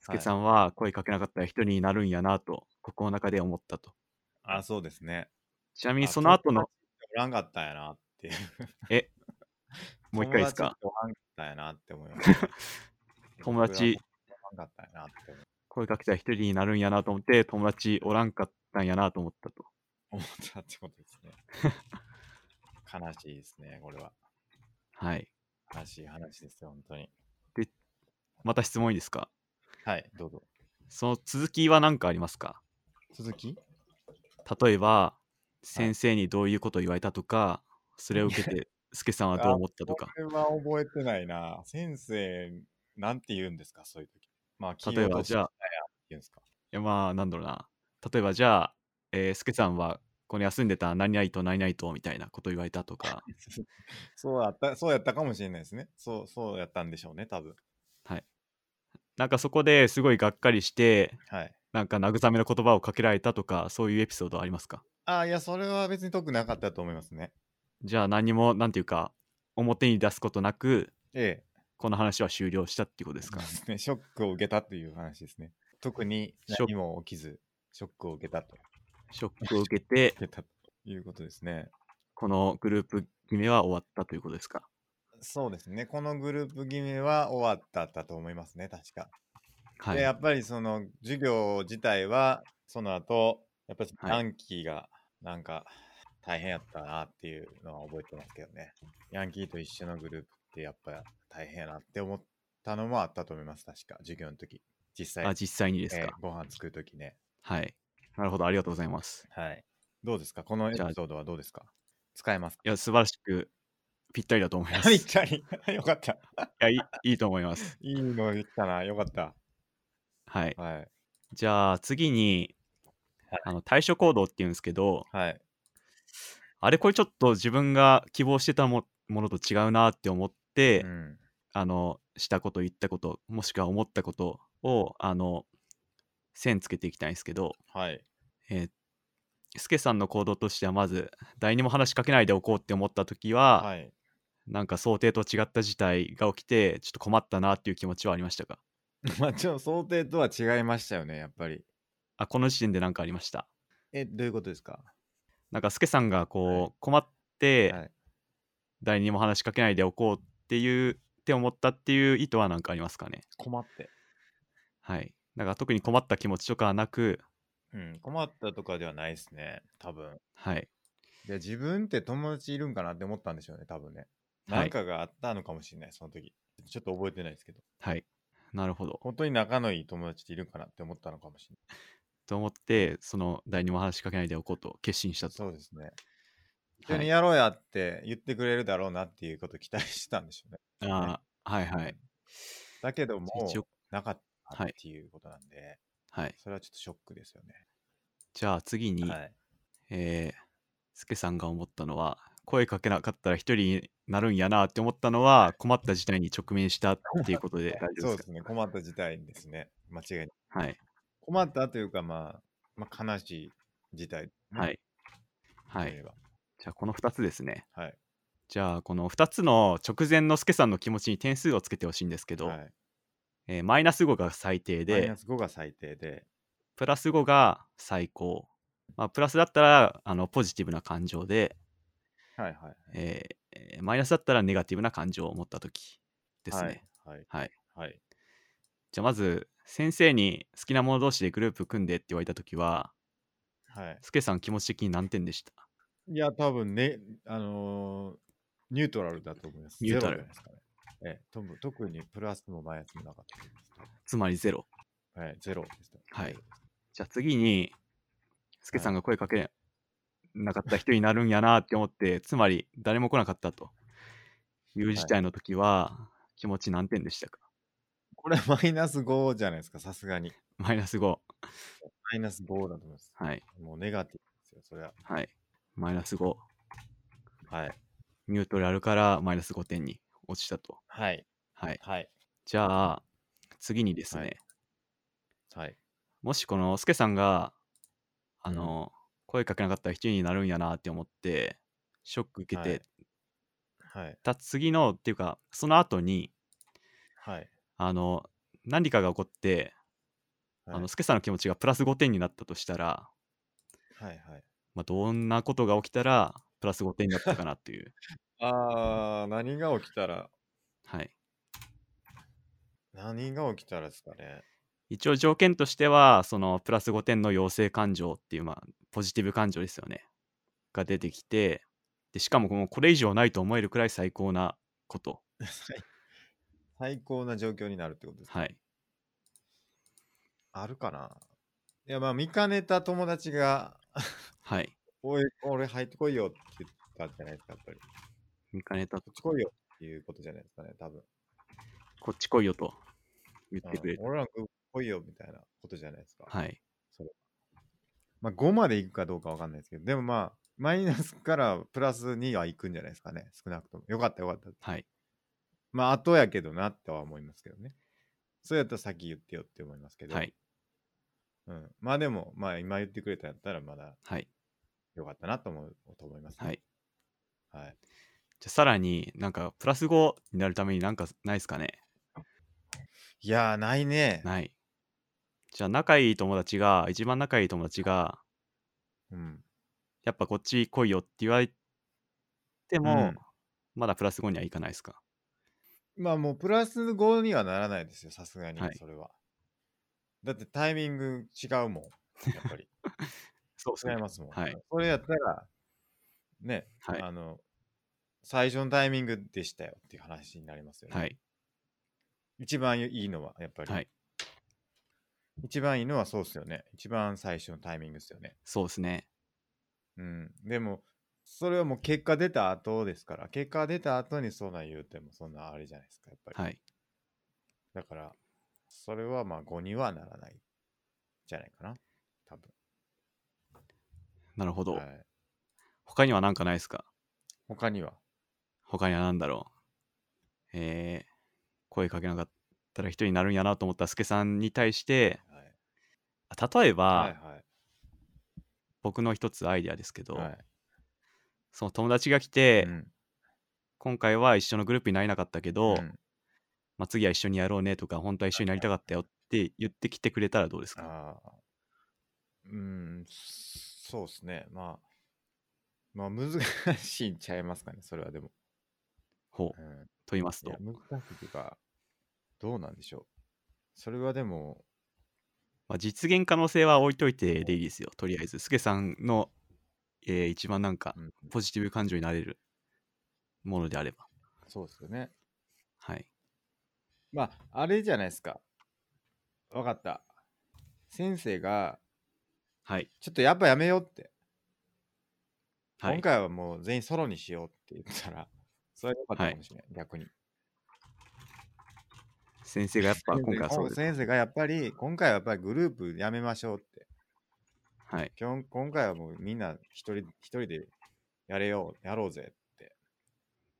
Speaker 2: スケさんは声かけなかった人になるんやなと、心の中で思ったと。
Speaker 1: あ、そうですね。
Speaker 2: ちなみ
Speaker 1: あ
Speaker 2: にその後の、。
Speaker 1: 友達おらんかったんやなっていう。 [LAUGHS]
Speaker 2: もう一回ですか
Speaker 1: 友達おらんかったんやなって思います。
Speaker 2: [LAUGHS] 友達
Speaker 1: おらんかったんやなって
Speaker 2: 声かけた人になるんやなと思って、友達おらんかったんやなと思ったと。
Speaker 1: 思ったってことです
Speaker 2: [LAUGHS]
Speaker 1: ね。悲しいですね、これは。
Speaker 2: はい。
Speaker 1: 悲しい話ですよ、本当に。
Speaker 2: また質問いいですか
Speaker 1: はい、どうぞ。
Speaker 2: その続きは何かありますか
Speaker 1: 続き
Speaker 2: 例えば先生にどういうことを言われたとか、それを受けてスケさんはどう思ったと
Speaker 1: こ
Speaker 2: か
Speaker 1: れは覚えてないな。先生、なんて言うんですか、そういう時。まあ、
Speaker 2: 例えばじゃあ
Speaker 1: あ、言うんですか。
Speaker 2: いやまあなんだろうな例えばじゃあ、えー、スケさんはこの休んでた何々と何々とみたいなことを言われたとか
Speaker 1: [LAUGHS] そうやった、そうやったかもしれないですね。そう、そうやったんでしょうね、多分。
Speaker 2: なんかそこですごいがっかりして
Speaker 1: はい。
Speaker 2: なんか慰めの言葉をかけられたとかそういうエピソードありますか
Speaker 1: ああ、いや、それは別に特になかったと思いますね。
Speaker 2: じゃあ何もなんていうか表に出すことなく
Speaker 1: ええ。
Speaker 2: この話は終了したっていうことです
Speaker 1: そう
Speaker 2: か
Speaker 1: です [LAUGHS] ね。ショックを受けたという話ですね。特に
Speaker 2: ショ
Speaker 1: 何も起きず、ショックを受けたと。
Speaker 2: ショックを受けて
Speaker 1: 受けたということですね。
Speaker 2: このグループ決めは終わったということですか
Speaker 1: そうですね。このグループ決めは終わっただと思いますね、確か。
Speaker 2: はい
Speaker 1: で、やっぱりその授業自体は、その後、やっぱり
Speaker 2: はい
Speaker 1: ヤンキーがなんか大変やったなっていうのは覚えてますけどね。ヤンキーと一緒のグループってやっぱ大変やなって思ったのもあったと思います、確か。授業の時。実際、
Speaker 2: あ実際にですか、
Speaker 1: えーご飯作る時ね。
Speaker 2: はい。なるほど、ありがとうございます。
Speaker 1: はい。どうですかこのエピ
Speaker 2: じ
Speaker 1: ソ
Speaker 2: ゃあ
Speaker 1: ードはどうですか使えますか
Speaker 2: いや、素晴らしくぴったりだと
Speaker 1: [LAUGHS]
Speaker 2: 思 [LAUGHS] います。
Speaker 1: ぴ
Speaker 2: い
Speaker 1: ったり。よかった。
Speaker 2: やいい、いいと思います。
Speaker 1: いいのできたな。よかった。
Speaker 2: はい。
Speaker 1: はい。
Speaker 2: じゃあ次に
Speaker 1: はい、
Speaker 2: あの対処行動っていうんですけど、
Speaker 1: はい。
Speaker 2: あれこれちょっと自分が希望してたもものと違うなって思って、
Speaker 1: うん。
Speaker 2: あの、したこと、言ったこと、もしくは思ったことを、あの、線つけていきたいんですけど、
Speaker 1: はい。
Speaker 2: えー、スケさんの行動としてはまず、誰にも話しかけないでおこうって思った時は、
Speaker 1: はい。 [LAUGHS]
Speaker 2: なんか想定と違った事態が起きて、ちょっと困ったなっていう気持ちはありましたか
Speaker 1: まあ、ちょっと想定とは違いましたよね、やっぱり。
Speaker 2: あ、この時点で何かありました。
Speaker 1: え、どういうことですか
Speaker 2: なんか、スケさんが
Speaker 1: は
Speaker 2: こう、困って、
Speaker 1: はい
Speaker 2: 誰にも話しかけないでおこうっていう、って思ったっていう意図は何かありますかね
Speaker 1: 困って。
Speaker 2: はい。なんか、特に困った気持ちとかはなく、
Speaker 1: うん、困ったとかではないですね、多分。
Speaker 2: はい。
Speaker 1: で、自分って友達いるんかなって思ったんでしょうね、多分ね。
Speaker 2: は
Speaker 1: ないん。かがあったのかもしれない、その時。ちょっと覚えてないですけど。
Speaker 2: はい。なるほど。
Speaker 1: 本当に仲のいい友達っているんかなって思ったのかもしれ
Speaker 2: と思って、その、誰にも話しかけないでおこうと決心し
Speaker 1: な
Speaker 2: た
Speaker 1: い。
Speaker 2: と。
Speaker 1: そうですね。一緒
Speaker 2: は
Speaker 1: に
Speaker 2: い、
Speaker 1: やろうやって言ってくれるだろうなっていうことを期待してたんでしょうね。
Speaker 2: あーはいはい。
Speaker 1: だけども
Speaker 2: 一応
Speaker 1: う、なかった
Speaker 2: は
Speaker 1: っ
Speaker 2: い
Speaker 1: ていうことなんで、
Speaker 2: はい。
Speaker 1: それはちょっとショックですよね。
Speaker 2: じゃあ次に、
Speaker 1: はい。
Speaker 2: えー、スケさんが思ったのは声かけなかったら一人になるんやなって思ったのは困った事態に直面したっていうこと
Speaker 1: [LAUGHS]
Speaker 2: で大丈
Speaker 1: そ
Speaker 2: 夫
Speaker 1: うで
Speaker 2: で
Speaker 1: すすね、困った事態ですね。間違いない。
Speaker 2: かはい
Speaker 1: 困ったというか、まあ、まあ、悲しい事態、
Speaker 2: はいはい
Speaker 1: いえば。
Speaker 2: じゃあこの2つですね。
Speaker 1: はい。
Speaker 2: じゃあこの2つの直前のスケさんの気持ちに点数をつけてほしいんですけど、
Speaker 1: はい、
Speaker 2: えーマイナス5が最低
Speaker 1: マイ
Speaker 2: で
Speaker 1: ナス5が最低で、
Speaker 2: プラス5が最高、まあ、プラスだったらあのポジティブな感情で、
Speaker 1: はいはいはい。
Speaker 2: えーえーマイナスだったらネガティブな感情を持った時ですね。
Speaker 1: はい。
Speaker 2: はい
Speaker 1: はい。
Speaker 2: じゃあまず先生に好きな者同士でグループ組んでって言われた時は
Speaker 1: はい。
Speaker 2: スケさん気持ち的に何点でした
Speaker 1: いや、多分ね、あのーニュートラルだと思います。
Speaker 2: ニュートラ
Speaker 1: ゼロじ
Speaker 2: ル
Speaker 1: ゃないですかね。ええ、とも特にプラスもマイナスもなかったです
Speaker 2: つまりゼロ。
Speaker 1: はい、ゼロでした。
Speaker 2: はい。じゃあ次に、スケさんが声かけなかった人になるんやなって思って、つまり誰も来なかったという事態の時は、気持ち何点でしたか
Speaker 1: これはマイナス5じゃないですか、さすがに。
Speaker 2: マイナス5。
Speaker 1: マイナス5だと思います。
Speaker 2: はい。
Speaker 1: もうネガティブですよ、それは。
Speaker 2: はい。マイナス5。
Speaker 1: はい。
Speaker 2: ニュートラルからマイナス5点に落ちたと。
Speaker 1: はい。
Speaker 2: はい。
Speaker 1: はい。
Speaker 2: じゃあ、次にですね、
Speaker 1: はいはい。
Speaker 2: もしこのスケさんが、あ
Speaker 1: うん
Speaker 2: の、声かけなかった人になるんやなって思って、ショック受け
Speaker 1: は
Speaker 2: て
Speaker 1: いはい。
Speaker 2: た次の、っていうか、その後に、
Speaker 1: はい。
Speaker 2: あの何かが起こって、
Speaker 1: はい
Speaker 2: あのスケさんの気持ちがプラス5点になったとしたら、
Speaker 1: はい。はい。
Speaker 2: まあ、どんなことが起きたらプラス5点になったかなって
Speaker 1: [LAUGHS]
Speaker 2: いう、
Speaker 1: あー、何が起きたら、
Speaker 2: はい、
Speaker 1: 何が起きたらですかね。
Speaker 2: 一応条件としてはそのプラス5点の陽性感情っていう、まあ、ポジティブ感情ですよねが出てきてでしかももうこれ以上ないと思えるくらい最高なこと、
Speaker 1: 最高な状況になるってことですか、
Speaker 2: はい、
Speaker 1: あるかないや、まあ、見かねた友達が、
Speaker 2: はい、
Speaker 1: おい、俺入ってこいよって言ったんじゃないですか、やっぱり。
Speaker 2: 見かねた
Speaker 1: こっち来いよっていうことじゃないですかね、多分。
Speaker 2: こっち来いよと言ってくれ
Speaker 1: うん
Speaker 2: る、
Speaker 1: 俺らのグループ来いよみたいなことじゃないですか。
Speaker 2: はい、
Speaker 1: まあ、5まで行くかどうかわかんないですけど、でもまあ、マイナスからプラス2は行くんじゃないですかね、少なくとも。よかったよかった。
Speaker 2: はい、
Speaker 1: まあ、後やけどなっては思いますけどね。そうやったら先言ってよって思いますけど。
Speaker 2: はい、
Speaker 1: うん、まあでも、まあ今言ってくれたんやったらまだ
Speaker 2: はい、
Speaker 1: よかったなと思うと思います、
Speaker 2: は
Speaker 1: ね。
Speaker 2: い。
Speaker 1: はい。はい。
Speaker 2: じゃあさらになんかプラス5になるためになんかないですかね
Speaker 1: いやー、ないね。
Speaker 2: ない。じゃあ仲いい友達が、一番仲いい友達が、
Speaker 1: うん。
Speaker 2: やっぱこっち来いよって言われても、
Speaker 1: うん
Speaker 2: まだプラス5にはいかないですか。
Speaker 1: まあもうプラス5にはならないですよ、さすがに
Speaker 2: はい、
Speaker 1: それは。だってタイミング違うもん、やっぱり。
Speaker 2: [LAUGHS] そうです
Speaker 1: 違い
Speaker 2: ね。
Speaker 1: ますもん。
Speaker 2: はい
Speaker 1: それやったら、ね、
Speaker 2: はい。
Speaker 1: あの、最初のタイミングでしたよっていう話になりますよね。
Speaker 2: はい。
Speaker 1: 一番いいのは、やっぱり、
Speaker 2: はい。
Speaker 1: 一番いいのはそうですよね。一番最初のタイミングですよね。
Speaker 2: そうですね。
Speaker 1: うん。でも、それはもう結果出た後ですから、結果出た後にそんなん言うても、そんなあれじゃないですか、やっぱり。
Speaker 2: はい。
Speaker 1: だから、それはまあ5にはならないじゃないかな。多分。
Speaker 2: なるほど。
Speaker 1: はい、
Speaker 2: 他には何かないですか
Speaker 1: 他には。
Speaker 2: 他には何だろう。えー、声かけなかったら人になるんやなと思ったスケさんに対して、
Speaker 1: はい。
Speaker 2: あ例えば、
Speaker 1: はいはい。
Speaker 2: 僕の一つアイデアですけど、
Speaker 1: はい
Speaker 2: その友達が来て、
Speaker 1: うん
Speaker 2: 今回は一緒のグループになれなかったけど、
Speaker 1: うん
Speaker 2: まあ、次は一緒にやろうねとか、本当は一緒になりたかったよって言ってきてくれたらどうですか
Speaker 1: ああ、うん、そうですね。まあ、まあ、難しいんちゃいますかね、それはでも。
Speaker 2: ほう、
Speaker 1: うん、
Speaker 2: と言います
Speaker 1: い
Speaker 2: と
Speaker 1: や、。難しいというか、どうなんでしょう。それはでも、
Speaker 2: まあ、実現可能性は置いといてでいいですよ。とりあえず、スケさんの、えー一番なんか
Speaker 1: うん、
Speaker 2: ポジティブ感情になれるものであれば。
Speaker 1: そうですよね。
Speaker 2: はい。
Speaker 1: まあ、あれじゃないですか。わかった。先生が、
Speaker 2: はい。
Speaker 1: ちょっとやっぱやめようって、
Speaker 2: は
Speaker 1: 今
Speaker 2: い。
Speaker 1: 回はもう全員ソロにしようって言ったら、それはよかったかもしれない、逆に。
Speaker 2: 先生がやっぱ
Speaker 1: 先生
Speaker 2: 今回はそうです。
Speaker 1: 先生がやっぱり、今回はやっぱりグループやめましょうって。
Speaker 2: はい。
Speaker 1: 今日今回はもうみんな一人一人でやれよう、やろうぜって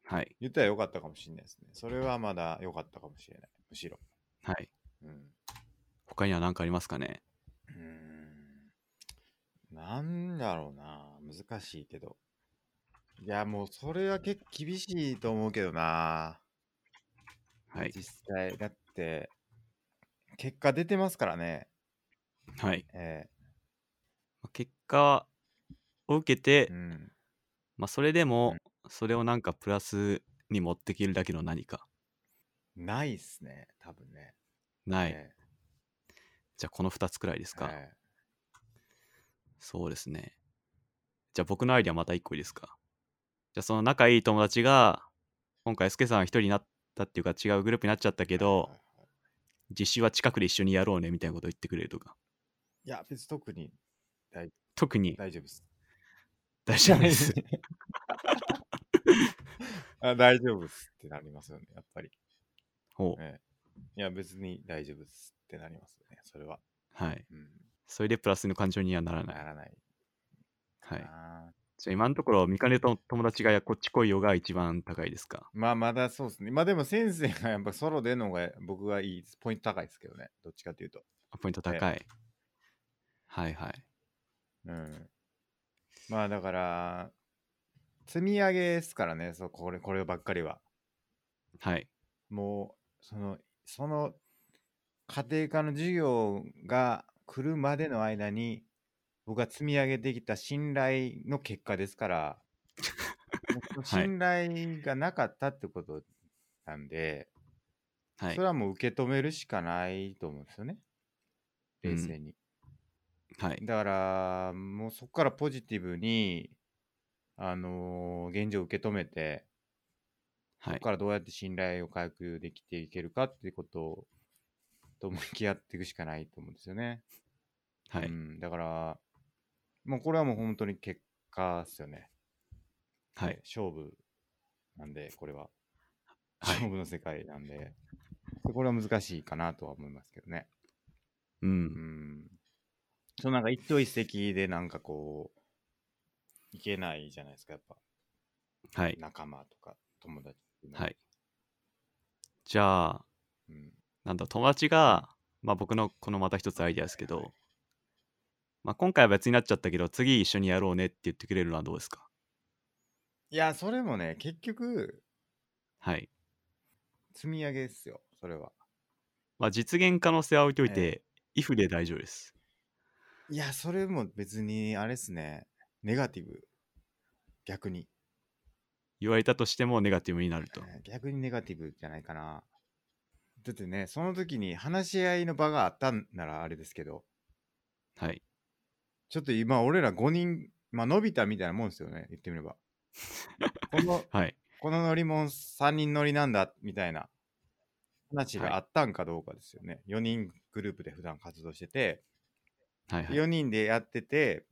Speaker 2: はい。
Speaker 1: 言ったらよかったかもしれないですね。それはまだよかったかもしれない。むしろ。
Speaker 2: はい。
Speaker 1: うん。う
Speaker 2: 他には何かありますかね
Speaker 1: ーんなんだろうな。難しいけど。いや、もうそれは結構厳しいと思うけどな。
Speaker 2: はい。
Speaker 1: 実際。だって、結果出てますからね。
Speaker 2: はい、
Speaker 1: え
Speaker 2: まあ結果を受けて、
Speaker 1: えうん。
Speaker 2: まあ、それでも
Speaker 1: うん、
Speaker 2: それをなんかプラスに持ってけるだけの何か。
Speaker 1: ないっすね、多分ね。
Speaker 2: ない。
Speaker 1: え
Speaker 2: じゃあ、この2つくらいです
Speaker 1: え
Speaker 2: か。
Speaker 1: はい
Speaker 2: そうですね。じゃあ、僕のアイディアまた1個いいですか。じゃあ、その仲いい友達が、今回、スケさん一人になったっていうか、違うグループになっちゃったけど、
Speaker 1: はいはいはい
Speaker 2: 実習は近くで一緒にやろうねみたいなこと言ってくれるとか。
Speaker 1: いや、別に特に
Speaker 2: 特に
Speaker 1: 大丈夫です。
Speaker 2: 大丈夫です。
Speaker 1: [LAUGHS] あ大丈夫っすってなりますよね、やっぱり。
Speaker 2: ほう
Speaker 1: ええいや、別に大丈夫っすってなりますね、それは。
Speaker 2: はい。
Speaker 1: うん。
Speaker 2: それでプラスの感情にはならない。
Speaker 1: ならない
Speaker 2: はい。
Speaker 1: な。
Speaker 2: じゃあ今のところ、見かねと友達がこっち来いよが一番高いですか。
Speaker 1: まあ、まだそうですね。まあ、でも先生がやっぱソロでの方が僕はいいです、ポイント高いですけどね、どっちかというと。
Speaker 2: あポイント高い。はいはい。
Speaker 1: うん。まあ、だから、積み上げですからね、そうこれこればっかりは。
Speaker 2: はい。
Speaker 1: もう、その、その、家庭科の授業が来るまでの間に、僕が積み上げてきた信頼の結果ですから、もうその
Speaker 2: [LAUGHS] はい
Speaker 1: 信頼がなかったってことなんで、
Speaker 2: はい
Speaker 1: それ。はもう受け止めるしかないと思うんですよね、冷静に。
Speaker 2: はい。
Speaker 1: だから、もうそこからポジティブに、あのー現状を受け止めて、
Speaker 2: は
Speaker 1: そ
Speaker 2: い
Speaker 1: こ。からどうやって信頼を回復できていけるかっていうことと向き合っていくしかないと思うんですよね。
Speaker 2: は
Speaker 1: う
Speaker 2: い。
Speaker 1: ん、だから、もうこれはもう本当に結果ですよね。
Speaker 2: はい。
Speaker 1: 勝負なんで、これは。
Speaker 2: はい
Speaker 1: 勝負の世界なんで、これは難しいかなとは思いますけどね。
Speaker 2: う。
Speaker 1: うんん。そのなんか一朝一夕でなんかこう、いけないじゃないですか、やっぱ
Speaker 2: はい。
Speaker 1: 仲間とか友達ってうの
Speaker 2: はい。じゃあ、
Speaker 1: うん。
Speaker 2: なんだ、友達が、まあ僕のこのまた一つアイデアですけど、まあ今回は別になっちゃったけど、次一緒にやろうねって言ってくれるのはどうですか
Speaker 1: いや、それもね、結局、
Speaker 2: はい。
Speaker 1: 積み上げですよ、それは。
Speaker 2: まあ実現可能性は置いといて、イフで大丈夫です。
Speaker 1: いや、それも別に、あれっすね。ネガティブ。逆に。
Speaker 2: 言われたとしてもネガティブになると。
Speaker 1: 逆にネガティブじゃないかな。だってね、その時に話し合いの場があったんならあれですけど、
Speaker 2: はい。
Speaker 1: ちょっと今、俺ら5人、まあ、伸びたみたいなもんですよね、言ってみれ [LAUGHS] ば。この、
Speaker 2: はい。
Speaker 1: この乗りも3人乗りなんだ、みたいな話
Speaker 2: はい
Speaker 1: があったんかどうかですよね。4人グループで普段活動してて、
Speaker 2: はいはい。
Speaker 1: 4人でやってて、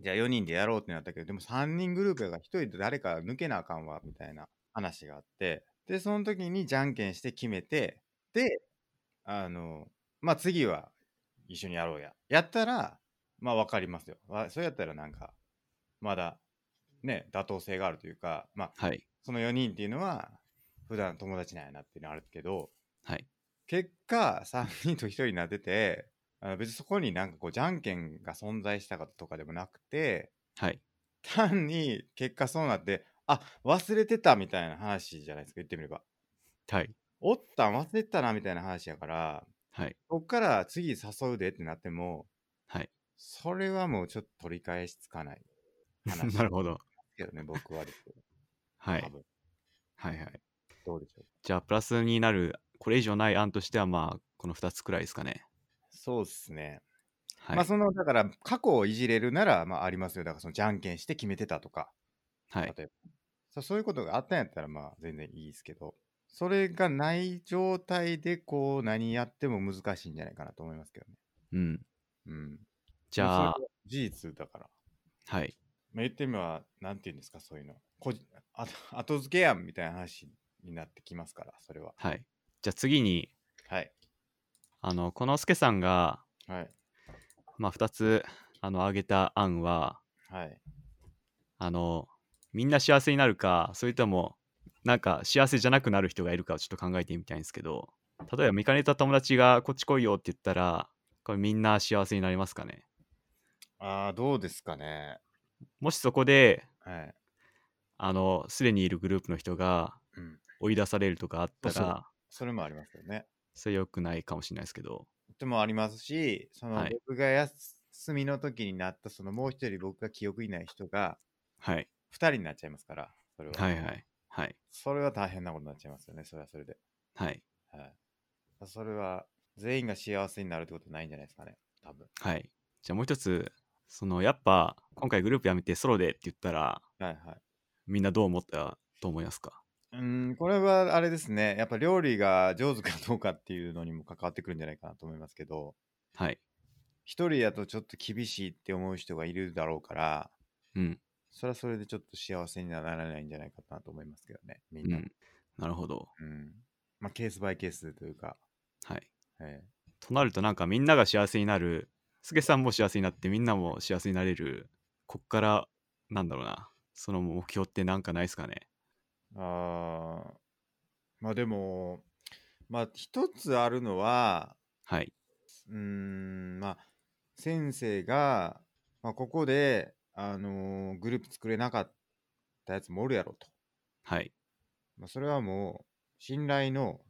Speaker 1: じゃあ4人でやろうってなったけど、でも3人グループやから1人で誰か抜けなあかんわ、みたいな話があって、で、その時にじゃんけんして決めて、で、あの、まあ、次は一緒にやろうや。やったら、まあ、わかりますよ。わそれやったらなんか、まだ、ね、妥当性があるというか、まあ、
Speaker 2: はい。
Speaker 1: その4人っていうのは、普段友達なんやなっていうのはあるけど、
Speaker 2: はい。
Speaker 1: 結果3人と1人になっててあの別にそこになんかこうじゃんけんが存在したかとかでもなくて
Speaker 2: はい。
Speaker 1: 単に結果そうなってあ忘れてたみたいな話じゃないですか言ってみれば
Speaker 2: はい。
Speaker 1: おったん忘れてたなみたいな話やから
Speaker 2: はい。
Speaker 1: こっから次誘うでってなっても
Speaker 2: はい。
Speaker 1: それはもうちょっと取り返しつかない話
Speaker 2: [LAUGHS] なるほど。
Speaker 1: けどね僕はですけど
Speaker 2: はい
Speaker 1: 多。分
Speaker 2: はいはい。
Speaker 1: どうでしょう
Speaker 2: じゃあ、プラスになる、これ以上ない案としては、まあ、この2つくらいですかね。
Speaker 1: そうですね、
Speaker 2: はい。
Speaker 1: まあそのだから過去をいじれるならまあありますよだからそのじゃんけんして決めてたとか
Speaker 2: はい。
Speaker 1: 例えばそうそういうことがあったんやったらまあ全然いいですけどそれがない状態でこう何やっても難しいんじゃないかなと思いますけどね。
Speaker 2: うん。
Speaker 1: うん、
Speaker 2: じ
Speaker 1: で
Speaker 2: ゃあ
Speaker 1: も、それは事実だから、
Speaker 2: はい。
Speaker 1: まあ、言ってみれば何て言うんですかそういうのこじあ [LAUGHS] 後付けやんみたいな話になってきますからそれは
Speaker 2: はい。じゃあ、次に、
Speaker 1: はい
Speaker 2: あの、このすけさんが、
Speaker 1: はい
Speaker 2: まあ、2つ、あの、挙げた案は、
Speaker 1: はい
Speaker 2: あの、みんな幸せになるか、それとも、なんか幸せじゃなくなる人がいるかをちょっと考えてみたいんですけど、例えば見かねた友達がこっち来いよって言ったら、これみんな幸せになりますかね。
Speaker 1: ああどうですかね
Speaker 2: もしそこで、
Speaker 1: はい
Speaker 2: あのすでにいるグループの人が
Speaker 1: うん。
Speaker 2: 追い出されるとかあった
Speaker 1: そうそ
Speaker 2: ら
Speaker 1: それもありますよね。
Speaker 2: それ良くないかもしれないですけど
Speaker 1: でもありますし、その
Speaker 2: はい
Speaker 1: 僕が休みの時になった、そのもう一人僕が記憶にない人が、
Speaker 2: はい
Speaker 1: 二人になっちゃいますから、それは。
Speaker 2: はいはいはい
Speaker 1: それは大変なことになっちゃいますよね、それはそれで。
Speaker 2: はい
Speaker 1: はい。それは、全員が幸せになるってことないんじゃないですかね、多分。
Speaker 2: はいじゃあもう一つそのやっぱ今回グループやめてソロでって言ったら
Speaker 1: はいはい。
Speaker 2: みんなどう思ったと思いますか
Speaker 1: うーん、これはあれですね、やっぱ料理が上手かどうかっていうのにも関わってくるんじゃないかなと思いますけど、
Speaker 2: はい
Speaker 1: 一人だとちょっと厳しいって思う人がいるだろうから、
Speaker 2: うん
Speaker 1: それはそれでちょっと幸せにはならないんじゃないかなと思いますけどね、み
Speaker 2: うん
Speaker 1: な。
Speaker 2: んなるほど
Speaker 1: うんまあ、ケースバイケースというか、
Speaker 2: はい
Speaker 1: ええ
Speaker 2: となるとなんかみんなが幸せになるすげさんも幸せになってみんなも幸せになれるこっからなんだろうなその目標ってなんかないですかね
Speaker 1: あーまあでも、まあ一つあるのは、
Speaker 2: はいう
Speaker 1: ーん、まあ、先生が、まあ、ここで、あのーグループ作れなかったやつもおるやろと。
Speaker 2: はい
Speaker 1: まあ、それはもう、信頼の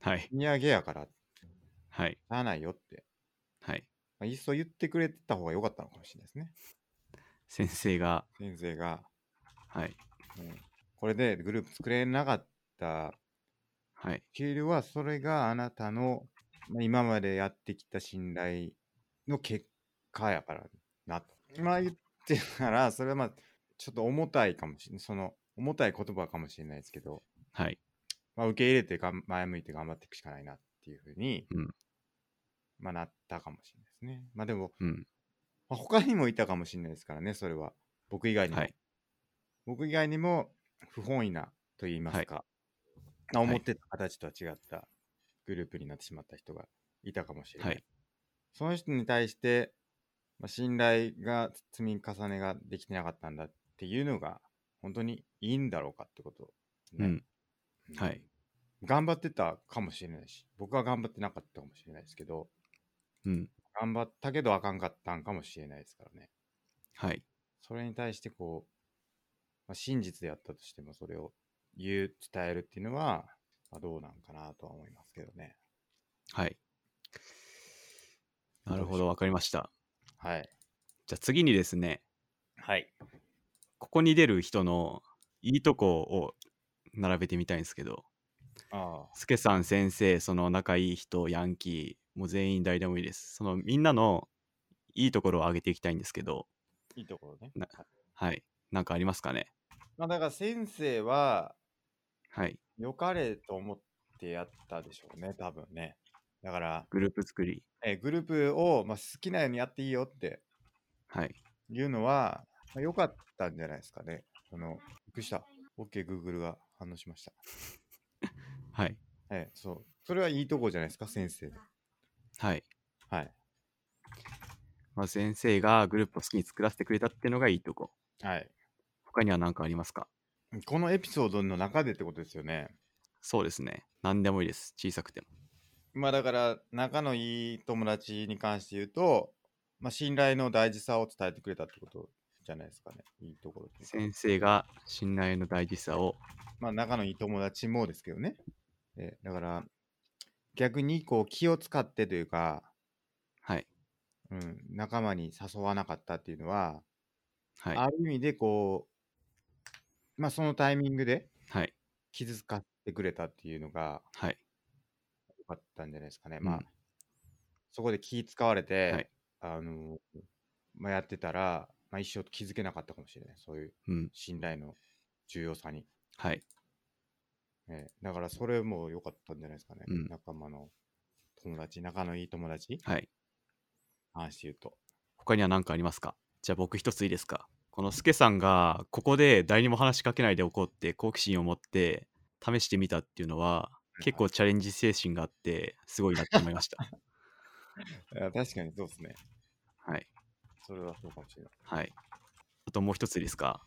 Speaker 2: はい
Speaker 1: 土産やから、し
Speaker 2: はい
Speaker 1: ゃあないよって。
Speaker 2: はい
Speaker 1: まあ、いっそ言ってくれてた方が良かったのかもしれないですね。
Speaker 2: 先生が
Speaker 1: 先生が、
Speaker 2: はい
Speaker 1: うん、これでグループ作れなかった
Speaker 2: はい
Speaker 1: フィールはそれがあなたのまあ今までやってきた信頼の結果やからなと。まあ言ってたら、それはまあちょっと重たいかもしれない。その重たい言葉かもしれないですけど、
Speaker 2: はい
Speaker 1: まあ、受け入れてがん前向いて頑張っていくしかないなっていうふうに、
Speaker 2: うん
Speaker 1: まあ、なったかもしれないですね。まあでも、
Speaker 2: うん
Speaker 1: まあ他にもいたかもしれないですからね、それは。僕以外にも。
Speaker 2: はい
Speaker 1: 僕以外にも不本意なと言いますか、まあ
Speaker 2: はい
Speaker 1: 思ってた形とは違ったグループになってしまった人がいたかもしれない。
Speaker 2: はい
Speaker 1: その人に対して、まあ、信頼が積み重ねができてなかったんだっていうのが本当にいいんだろうかってことです
Speaker 2: う
Speaker 1: ね、
Speaker 2: ん
Speaker 1: うん
Speaker 2: はい
Speaker 1: 頑張ってたかもしれないし僕は頑張ってなかったかもしれないですけど
Speaker 2: うん
Speaker 1: 頑張ったけどあかんかったんかもしれないですからね
Speaker 2: はい
Speaker 1: それに対してこう、まあ、真実であったとしてもそれを言う伝えるっていうのは、まあ、どうなんかなとは思いますけどね
Speaker 2: はいな
Speaker 1: どう
Speaker 2: る
Speaker 1: で
Speaker 2: ほ
Speaker 1: し
Speaker 2: ど
Speaker 1: ょう
Speaker 2: わかりました
Speaker 1: はい
Speaker 2: じゃあ次にですね
Speaker 1: はい
Speaker 2: ここに出る人のいいとこを並べてみたいんですけど
Speaker 1: あ
Speaker 2: スケさん先生その仲いい人ヤンキーもう全員誰でもいいですそのみんなのいいところを上げていきたいんですけど
Speaker 1: あいいところね
Speaker 2: なはいなんかありますかね
Speaker 1: まあだから先生は
Speaker 2: はい
Speaker 1: 良かれと思ってやったでしょうね多分ねだから、
Speaker 2: グループ作り
Speaker 1: えーグループを、まあ、好きなようにやっていいよって
Speaker 2: はい
Speaker 1: いうのは、まあ、良かったんじゃないですかねそのびっくりした OKGoogle が反応しました
Speaker 2: はい
Speaker 1: ええそうそれはいいとこじゃないですか先生の
Speaker 2: はい、
Speaker 1: はい
Speaker 2: まあ、先生がグループを好きに作らせてくれたっていうのがいいとこ
Speaker 1: はい
Speaker 2: 他には何かありますか
Speaker 1: このエピソードの中でってことですよね。
Speaker 2: そうですね何でもいいです小さくても
Speaker 1: まあだから仲のいい友達に関して言うと、まあ、信頼の大事さを伝えてくれたってことじゃないですかね。いいところというか
Speaker 2: 先生が信頼の大事さを
Speaker 1: まあ仲のいい友達もですけどね。えだから逆にこう気を使ってというか、
Speaker 2: はい
Speaker 1: うん、仲間に誘わなかったっていうのは、
Speaker 2: はい
Speaker 1: ある意味でこう、まあそのタイミングで
Speaker 2: はい
Speaker 1: 傷つかってくれたっていうのが
Speaker 2: はい
Speaker 1: 良かったんじゃないですかね。
Speaker 2: ん
Speaker 1: まあ、そこで気使われて、
Speaker 2: はい
Speaker 1: あのまあ、やってたら、まあ、一生気づけなかったかもしれない。そういう
Speaker 2: うん
Speaker 1: 信頼の重要さに。
Speaker 2: はい
Speaker 1: ええだから、それも良かったんじゃないですかね。
Speaker 2: うん
Speaker 1: 仲間の友達、仲のいい友達、
Speaker 2: はい
Speaker 1: 話して言うと。
Speaker 2: 他には何かありますかじゃあ僕一ついいですかこのスケさんがここで誰にも話しかけないでおこうって好奇心を持って試してみたっていうのは結構チャレンジ精神があってすごいなって思いました [LAUGHS]
Speaker 1: いや確かにそうですね。
Speaker 2: はい
Speaker 1: それはそうかもしれない。
Speaker 2: はいあともう一ついいですか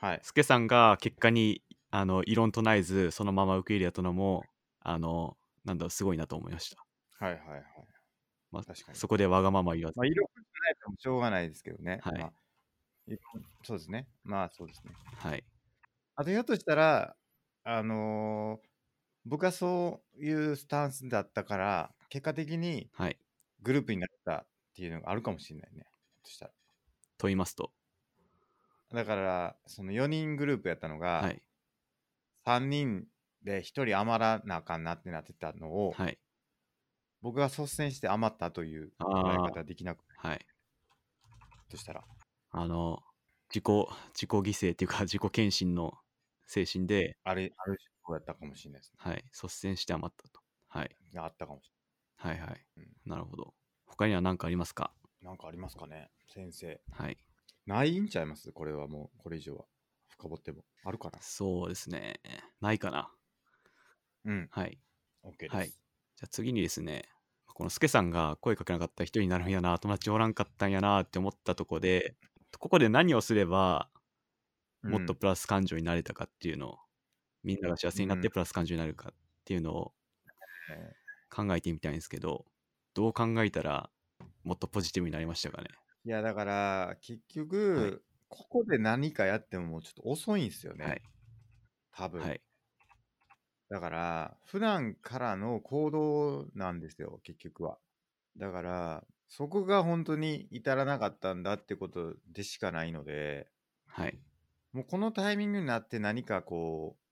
Speaker 1: はい。
Speaker 2: スケさんが結果にあの異論唱えずそのまま受け入れたのもあのなんだろうすごいなと思いました、
Speaker 1: はいはいはい。
Speaker 2: まあ
Speaker 1: 確かに
Speaker 2: そこでわがまま言わず
Speaker 1: まあ、色くないともしょうがないですけどね。
Speaker 2: はい
Speaker 1: まあいそうですね。まあそうですね。
Speaker 2: はい。
Speaker 1: あとひょっとしたら、あのー僕はそういうスタンスだったから、結果的に
Speaker 2: はい。
Speaker 1: グループになったっていうのがあるかもしれないね。ひょっとしたら。
Speaker 2: と言いますと。
Speaker 1: だから、その4人グループやったの
Speaker 2: は
Speaker 1: が、
Speaker 2: い。
Speaker 1: 3人で1人余らなあかんなってなってたのを、
Speaker 2: はい。
Speaker 1: 僕が率先して余ったという
Speaker 2: あ
Speaker 1: 考え
Speaker 2: あ
Speaker 1: 方はできなく
Speaker 2: はい。
Speaker 1: としたら。
Speaker 2: あの、自己、自己犠牲っていうか、 [LAUGHS] 自己献身の精神で、
Speaker 1: あれ、ある種そうやったかもしれないです
Speaker 2: はい。率先して余ったと。はい。
Speaker 1: ね。あったかもし
Speaker 2: はいはい。
Speaker 1: うん
Speaker 2: なるほど。他には何かありますか
Speaker 1: れない。なんかありますかね、先生。
Speaker 2: はい。
Speaker 1: ないんちゃいますこれはもう、これ以上は。深掘っても。あるかな
Speaker 2: そうですね。ないかな。
Speaker 1: うん、
Speaker 2: はい。
Speaker 1: OK です。
Speaker 2: はいじゃあ次にですね、このスケさんが声かけなかった人になるんやな、友達おらんかったんやなって思ったとこで、ここで何をすれば
Speaker 1: うん
Speaker 2: もっとプラス感情になれたかっていうのを、みんなが幸せになっ
Speaker 1: う
Speaker 2: て
Speaker 1: ん
Speaker 2: プラス感情になるかっていうのを
Speaker 1: え
Speaker 2: 考えてみたいんですけど、どう考えたらもっとポジティブになりましたかね。
Speaker 1: ーいや、だから、結局、
Speaker 2: はい
Speaker 1: ここで何かやってももうちょっと遅いんですよね。
Speaker 2: はい。
Speaker 1: 多分。
Speaker 2: はい。
Speaker 1: だから、普段からの行動なんですよ、結局は。だから、そこが本当に至らなかったんだってことでしかないので、
Speaker 2: はい。
Speaker 1: もうこのタイミングになって何かこう、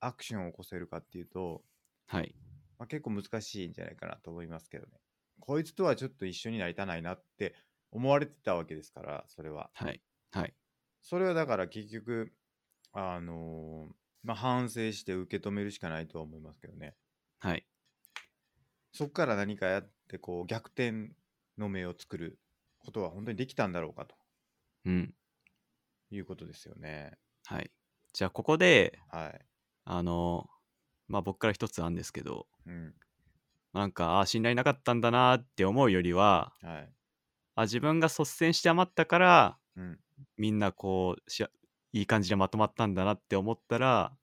Speaker 1: アクションを起こせるかっていうと、
Speaker 2: はい。
Speaker 1: まあ、結構難しいんじゃないかなと思いますけどね。こいつとはちょっと一緒になりたないなって思われてたわけですから、それは。
Speaker 2: はい。はい。
Speaker 1: それはだから結局、あのーまあ、反省して受け止めるしかないとは思いますけどね。
Speaker 2: はい。
Speaker 1: そこから何かやって、こう、逆転の目を作ることは本当にできたんだろうかと
Speaker 2: うん。
Speaker 1: いうことですよね。
Speaker 2: はい。じゃあここで、
Speaker 1: はい。
Speaker 2: あの、まあ僕から一つあるんですけど、
Speaker 1: うん。
Speaker 2: なんか、あ信頼なかったんだなって思うよりは、
Speaker 1: はい。
Speaker 2: あ、自分が率先して余ったから、
Speaker 1: うん。
Speaker 2: みんなこうしあ、いい感じでまとまったんだなって思ったら、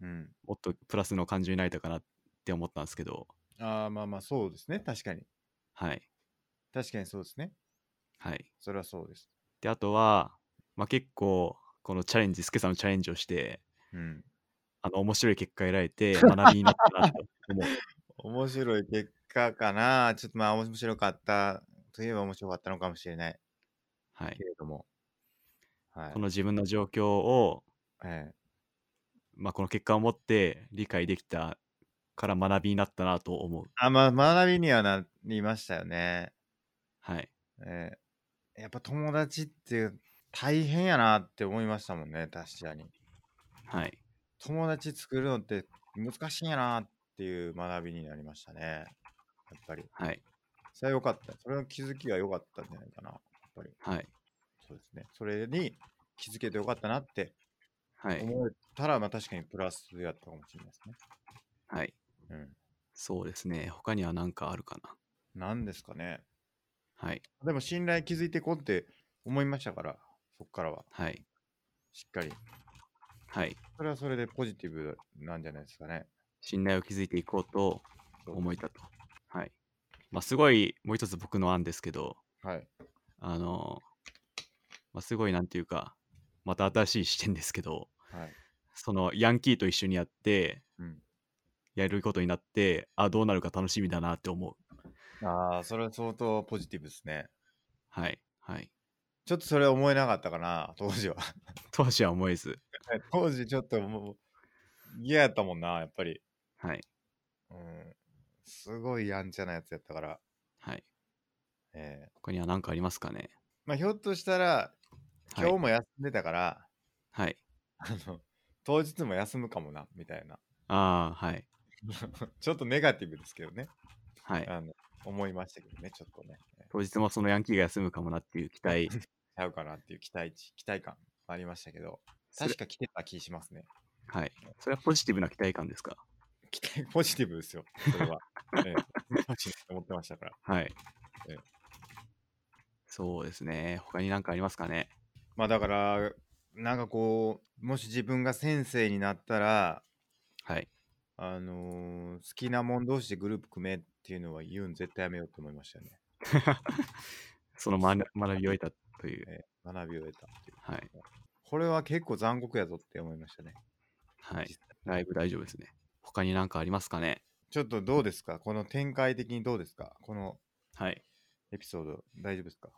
Speaker 1: うん。
Speaker 2: もっとプラスの感情になれたかなって思ったんですけど、
Speaker 1: ああ、まあまあ、そうですね。確かに。
Speaker 2: はい。
Speaker 1: 確かにそうですね。
Speaker 2: はい。
Speaker 1: それはそうです。
Speaker 2: で、あとは、まあ、結構、このチャレンジ、スケさんのチャレンジをして、
Speaker 1: うん。
Speaker 2: あの、面白い結果得られて、学びになったなと思う。
Speaker 1: 面白い結果かな。ちょっとまあ、面白かったといえば面白かったのかもしれない
Speaker 2: はい
Speaker 1: け。れども。はい。
Speaker 2: この自分の状況を、
Speaker 1: ええ
Speaker 2: まあ、この結果を持って理解できたから学びになったなと思う。
Speaker 1: あ、まあ、学びにはなりましたよね。
Speaker 2: はい。
Speaker 1: ええやっぱ友達って大変やなって思いましたもんね、確かに。
Speaker 2: はい。
Speaker 1: 友達作るのって難しいんやなっていう学びになりましたね。やっぱり。
Speaker 2: はい。
Speaker 1: それは良かった。それの気づきが良かったんじゃないかな。やっぱり。
Speaker 2: はい。
Speaker 1: そうですね。それに気づけて良かったなって
Speaker 2: はい。
Speaker 1: 思えたら、まあ確かにプラスやったかもしれないですね。
Speaker 2: はい。そうですね。他には何かあるかな。
Speaker 1: うん。なんですかね。
Speaker 2: はい。
Speaker 1: でも信頼築いていこうって思いましたから、そこからは
Speaker 2: はい。
Speaker 1: しっかり。
Speaker 2: はい。
Speaker 1: それはそれでポジティブなんじゃないですかね。
Speaker 2: 信頼を築いていこうと
Speaker 1: そう
Speaker 2: 思えたと。はい。まあ、すごい、もう一つ僕の案ですけど、
Speaker 1: はい。
Speaker 2: あの、まあ、すごい、なんていうか、また新しい視点ですけど、
Speaker 1: はい。
Speaker 2: そのヤンキーと一緒にやって、
Speaker 1: うん。
Speaker 2: やることになって、あ、どうなるか楽しみだなって思う。
Speaker 1: ああ、それは相当ポジティブですね。
Speaker 2: はい。はい。
Speaker 1: ちょっとそれ思えなかったかな、当時は。
Speaker 2: とはしは思えず。
Speaker 1: 当時ちょっともう嫌やったもんな、やっぱり。
Speaker 2: はい。
Speaker 1: うん。すごいやんちゃなやつやったから。
Speaker 2: はい。
Speaker 1: ええ
Speaker 2: 他には何かありますかね。
Speaker 1: まあ、ひょっとしたら、
Speaker 2: はい
Speaker 1: 今日も休んでたから、
Speaker 2: はい。
Speaker 1: あの、当日も休むかもな、みたいな。
Speaker 2: ああ、はい。
Speaker 1: ちょっとネガティブですけどね。
Speaker 2: はい。
Speaker 1: あの、思いましたけどね、ちょっとね。ええ
Speaker 2: 当日もそのヤンキーが休むかもなっていう期
Speaker 1: [LAUGHS]
Speaker 2: 待。
Speaker 1: ちゃうかなっていう期待値、期待感ありましたけど、
Speaker 2: それ
Speaker 1: 確か来てた気しますね。
Speaker 2: はい。それはポジティブな期待感ですか
Speaker 1: 期待、ポジティブですよ、それは。ええ、ポジティブと思ってましたから。
Speaker 2: はい
Speaker 1: ええ。
Speaker 2: そうですね。他に何かありますかね
Speaker 1: まあだから、なんかこう、もし自分が先生になったら、
Speaker 2: はい。
Speaker 1: あのー好きなもん同士でグループ組めっていうのは言うん絶対やめようと思いましたよね。
Speaker 2: その学学びを得たという。
Speaker 1: 学びを得たっていう。
Speaker 2: はい。
Speaker 1: これは結構残酷やぞって思いましたね。
Speaker 2: はい。ライブ大丈夫ですね。他に何かありますかね
Speaker 1: ちょっとどうですかこの展開的にどうですかこの
Speaker 2: はい。
Speaker 1: エピソード大丈夫ですか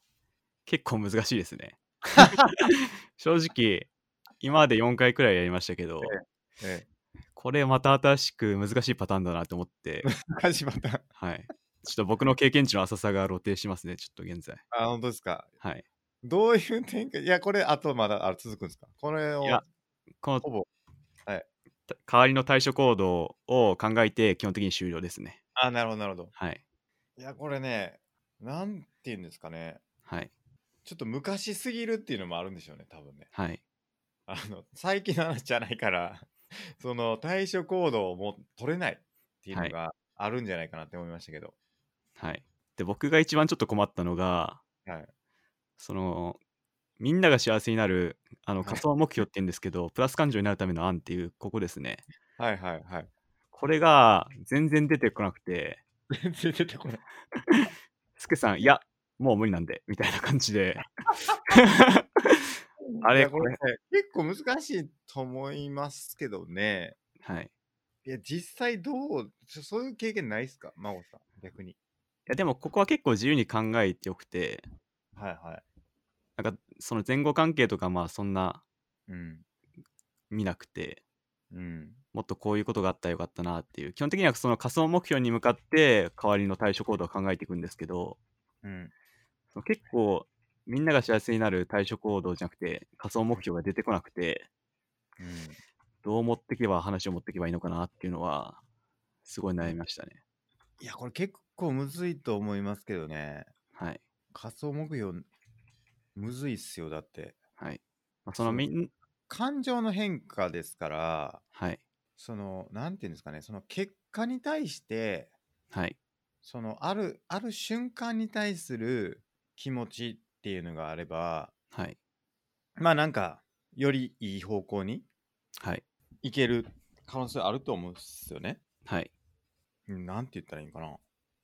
Speaker 2: 結構難しいです [LAUGHS] ね。正直、今まで4回くらいやりましたけど、
Speaker 1: ええ。
Speaker 2: [LAUGHS] これまた新しく難しいパターンだなと思って、
Speaker 1: 始まった。
Speaker 2: はい。ちょっと僕の経験値の浅さが露呈しますね、ちょっと現在。
Speaker 1: あ、本当ですか
Speaker 2: はい。
Speaker 1: どういう展開いや、これ、あとまだあ続くんですかこれを
Speaker 2: いやこの
Speaker 1: ほぼ。
Speaker 2: た代わりの対処行動を考えて、基本的に終了ですね。
Speaker 1: あ、なるほど、なるほど。
Speaker 2: はい。
Speaker 1: いや、これね、なんて言うんですかね。
Speaker 2: はい。
Speaker 1: ちょっと昔すぎるっていうのもあるんでしょうね、多分ね。
Speaker 2: はい。
Speaker 1: あの、最近の話じゃないから、 [LAUGHS] その対処行動をもう取れないっていうのがあるんじゃないかなって思いましたけど。
Speaker 2: はい。で、僕が一番ちょっと困ったのが、
Speaker 1: はい。
Speaker 2: その、みんなが幸せになる、あの、
Speaker 1: はい
Speaker 2: 仮想目標って言うんですけど、プラス感情になるための案っていう、ここですね。
Speaker 1: はいはいはい。
Speaker 2: これが全然出てこなくて、
Speaker 1: [LAUGHS] 全然出てこない。
Speaker 2: スケさん、いや、もう無理なんで、みたいな感
Speaker 1: [LAUGHS]
Speaker 2: じで。あ
Speaker 1: い
Speaker 2: れ
Speaker 1: やこれね、結構難しいと思いますけどね。
Speaker 2: はい。い
Speaker 1: いや、実際どう、ちょそういう経験ないですか真帆さん、逆に。
Speaker 2: や、でもここは結構自由に考えてよくて、
Speaker 1: はいは。
Speaker 2: なんかその前後関係とか、まあそんない
Speaker 1: うん。
Speaker 2: 見なくて、
Speaker 1: うん。
Speaker 2: もっとこういうことがあったらよかったなっていう、基本的にはその仮想目標に向かって代わりの対処行動を考えていくんですけど、
Speaker 1: うん。
Speaker 2: その結構みんなが幸せになる対処行動じゃなくて、仮想目標が出てこなくて、
Speaker 1: うん
Speaker 2: どう持ってけば話を持ってけばいいのかなっていうのは、すごい悩みましたね。
Speaker 1: いや、これ結構むずいと思いますけどね。
Speaker 2: はい。
Speaker 1: 仮想目標、むずいっすよ。だって、
Speaker 2: はい。まあ、その
Speaker 1: そう
Speaker 2: みん、
Speaker 1: 感情の変化ですから、
Speaker 2: はい。
Speaker 1: その、なんていうんですかね、その結果に対して、
Speaker 2: はい。
Speaker 1: その、ある、ある瞬間に対する気持ちっていうのがあれば、
Speaker 2: はい。
Speaker 1: まあなんか、よりいい方向に
Speaker 2: はい。
Speaker 1: いける可能性あると思うんですよね。
Speaker 2: はい。
Speaker 1: うんなんて言ったらいいんかな。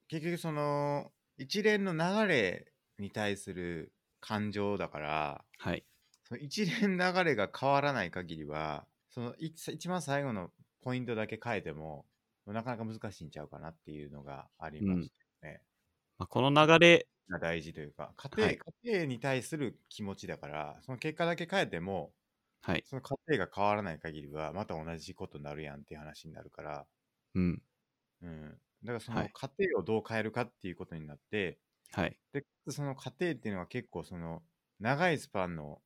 Speaker 1: 結局その一連の流れに対する感情だから、
Speaker 2: はい。
Speaker 1: その一連流れが変わらない限りは、その一一番最後のポイントだけ変えても、なかなか難しいんちゃうかなっていうのがありましたね。
Speaker 2: まあ、この流れ、
Speaker 1: が大事というか、家庭、
Speaker 2: はい
Speaker 1: 家庭に対する気持ちだから、その結果だけ変えても、
Speaker 2: はい。
Speaker 1: その家庭が変わらない限りは、また同じことになるやんっていう話になるから、
Speaker 2: うん。
Speaker 1: うん。だからその
Speaker 2: はい
Speaker 1: 家庭をどう変えるかっていうことになって、
Speaker 2: はい。
Speaker 1: で、かつその過程っていうのは結構その長いスパンの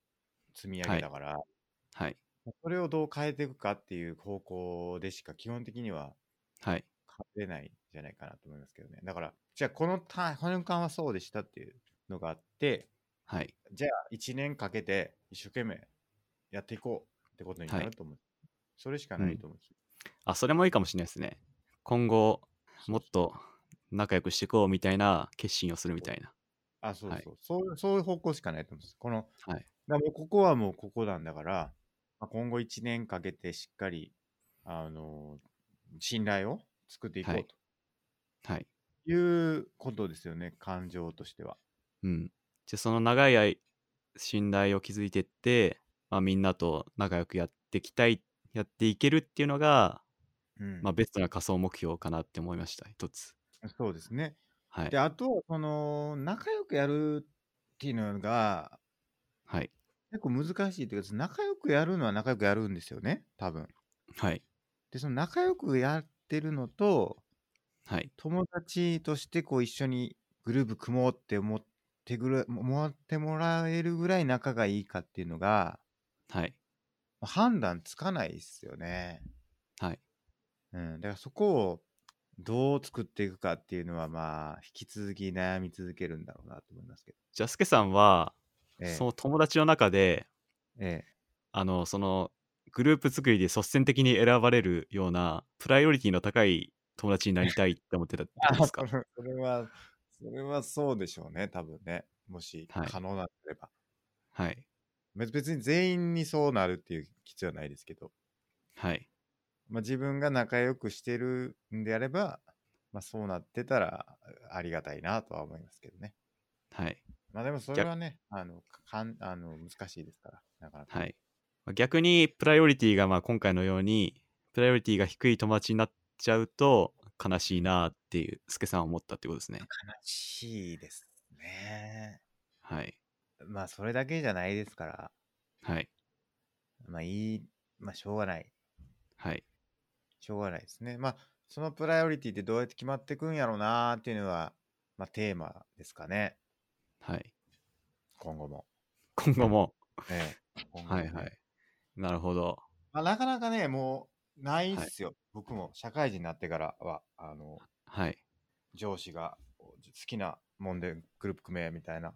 Speaker 1: 積み上げだから、
Speaker 2: はい。
Speaker 1: それをどう変えていくかっていう方向でしか基本的には
Speaker 2: はい。
Speaker 1: 変えれないんじゃないかなと思いますけどね。だから、じゃあこのターン、瞬間はそうでしたっていうのがあって、
Speaker 2: はい。
Speaker 1: じゃあ1年かけて一生懸命やっていこうってことにな
Speaker 2: は
Speaker 1: る
Speaker 2: い
Speaker 1: と思う。それしかないと思うんですよ。
Speaker 2: あ、それもいいかもしれないですね。今後、もっと仲良くしていこうみたいな決心をするみたいな。
Speaker 1: あ、そう
Speaker 2: はい
Speaker 1: そう、そう。そういう方向しかないと思うんです。この
Speaker 2: はい。
Speaker 1: だからもうここはもうここなんだから、まあ、今後1年かけてしっかり、あの信頼を作っていこ
Speaker 2: は
Speaker 1: う
Speaker 2: いはい。
Speaker 1: ということですよね、感情としては。
Speaker 2: うん。じゃあその長い愛信頼を築いてって、まあ、みんなと仲良くやっていきたい、やっていけるっていうのが、
Speaker 1: うん
Speaker 2: まあ、ベストな仮想目標かなって思いました、一つ。
Speaker 1: そうですね。
Speaker 2: はい
Speaker 1: で、。あとは、その、仲良くやるっていうのが、
Speaker 2: はい。
Speaker 1: 結構難しいというか、仲良くやるのは仲良くやるんですよね、多分。
Speaker 2: はい。
Speaker 1: で、その仲良くやってるのと、
Speaker 2: はい。
Speaker 1: 友達としてこう一緒にグループ組もうって思ってくる思ってもらえるぐらい仲がいいかっていうのが
Speaker 2: はい。
Speaker 1: まあ判断つかないっすよね。
Speaker 2: はい。
Speaker 1: うん、だからそこをどう作っていくかっていうのはまあ引き続き悩み続けるんだろうなと思いますけど。
Speaker 2: じゃあ、スケさんは、
Speaker 1: ええ
Speaker 2: その友達の中で、
Speaker 1: え
Speaker 2: あの、その、グループ作りで率先的に選ばれるような、プライオリティの高い友達になりたいって思ってたって
Speaker 1: え、
Speaker 2: ことですか
Speaker 1: [LAUGHS] それそれはそれはそうでしょうね多分ねもし
Speaker 2: はい
Speaker 1: 可能なければ、
Speaker 2: はい。
Speaker 1: 別別に全員にそうなるっていう必要はないですけど。
Speaker 2: はい。
Speaker 1: まあ、自分が仲良くしてるんであれば、まあ、そうなってたらありがたいなとは思いますけどね。
Speaker 2: はい。
Speaker 1: まあでもそれはね、あの、かんあの難しいですから、なかなか。
Speaker 2: はい。まあ逆にプライオリティがまあ今回のようにプライオリティが低い友達になっちゃうと悲しいなっていうスケさんは思ったってことですね。
Speaker 1: 悲しいですね。
Speaker 2: はい。
Speaker 1: まあそれだけじゃないですから、
Speaker 2: はい。
Speaker 1: まあいい、まあしょうがない。
Speaker 2: はい。
Speaker 1: しょうがないですね。まあそのプライオリティってどうやって決まってくんやろうなーっていうのは、まあテーマですかね、
Speaker 2: はい。
Speaker 1: 今後も。
Speaker 2: 今後も。
Speaker 1: ええ、今後も
Speaker 2: は
Speaker 1: ね
Speaker 2: いはい。なるほど。
Speaker 1: まあ、なかなかね、もうないっすよ。僕も社会人になってからは、あの、
Speaker 2: はい。
Speaker 1: 上司が好きなもんでグループ組めみたいな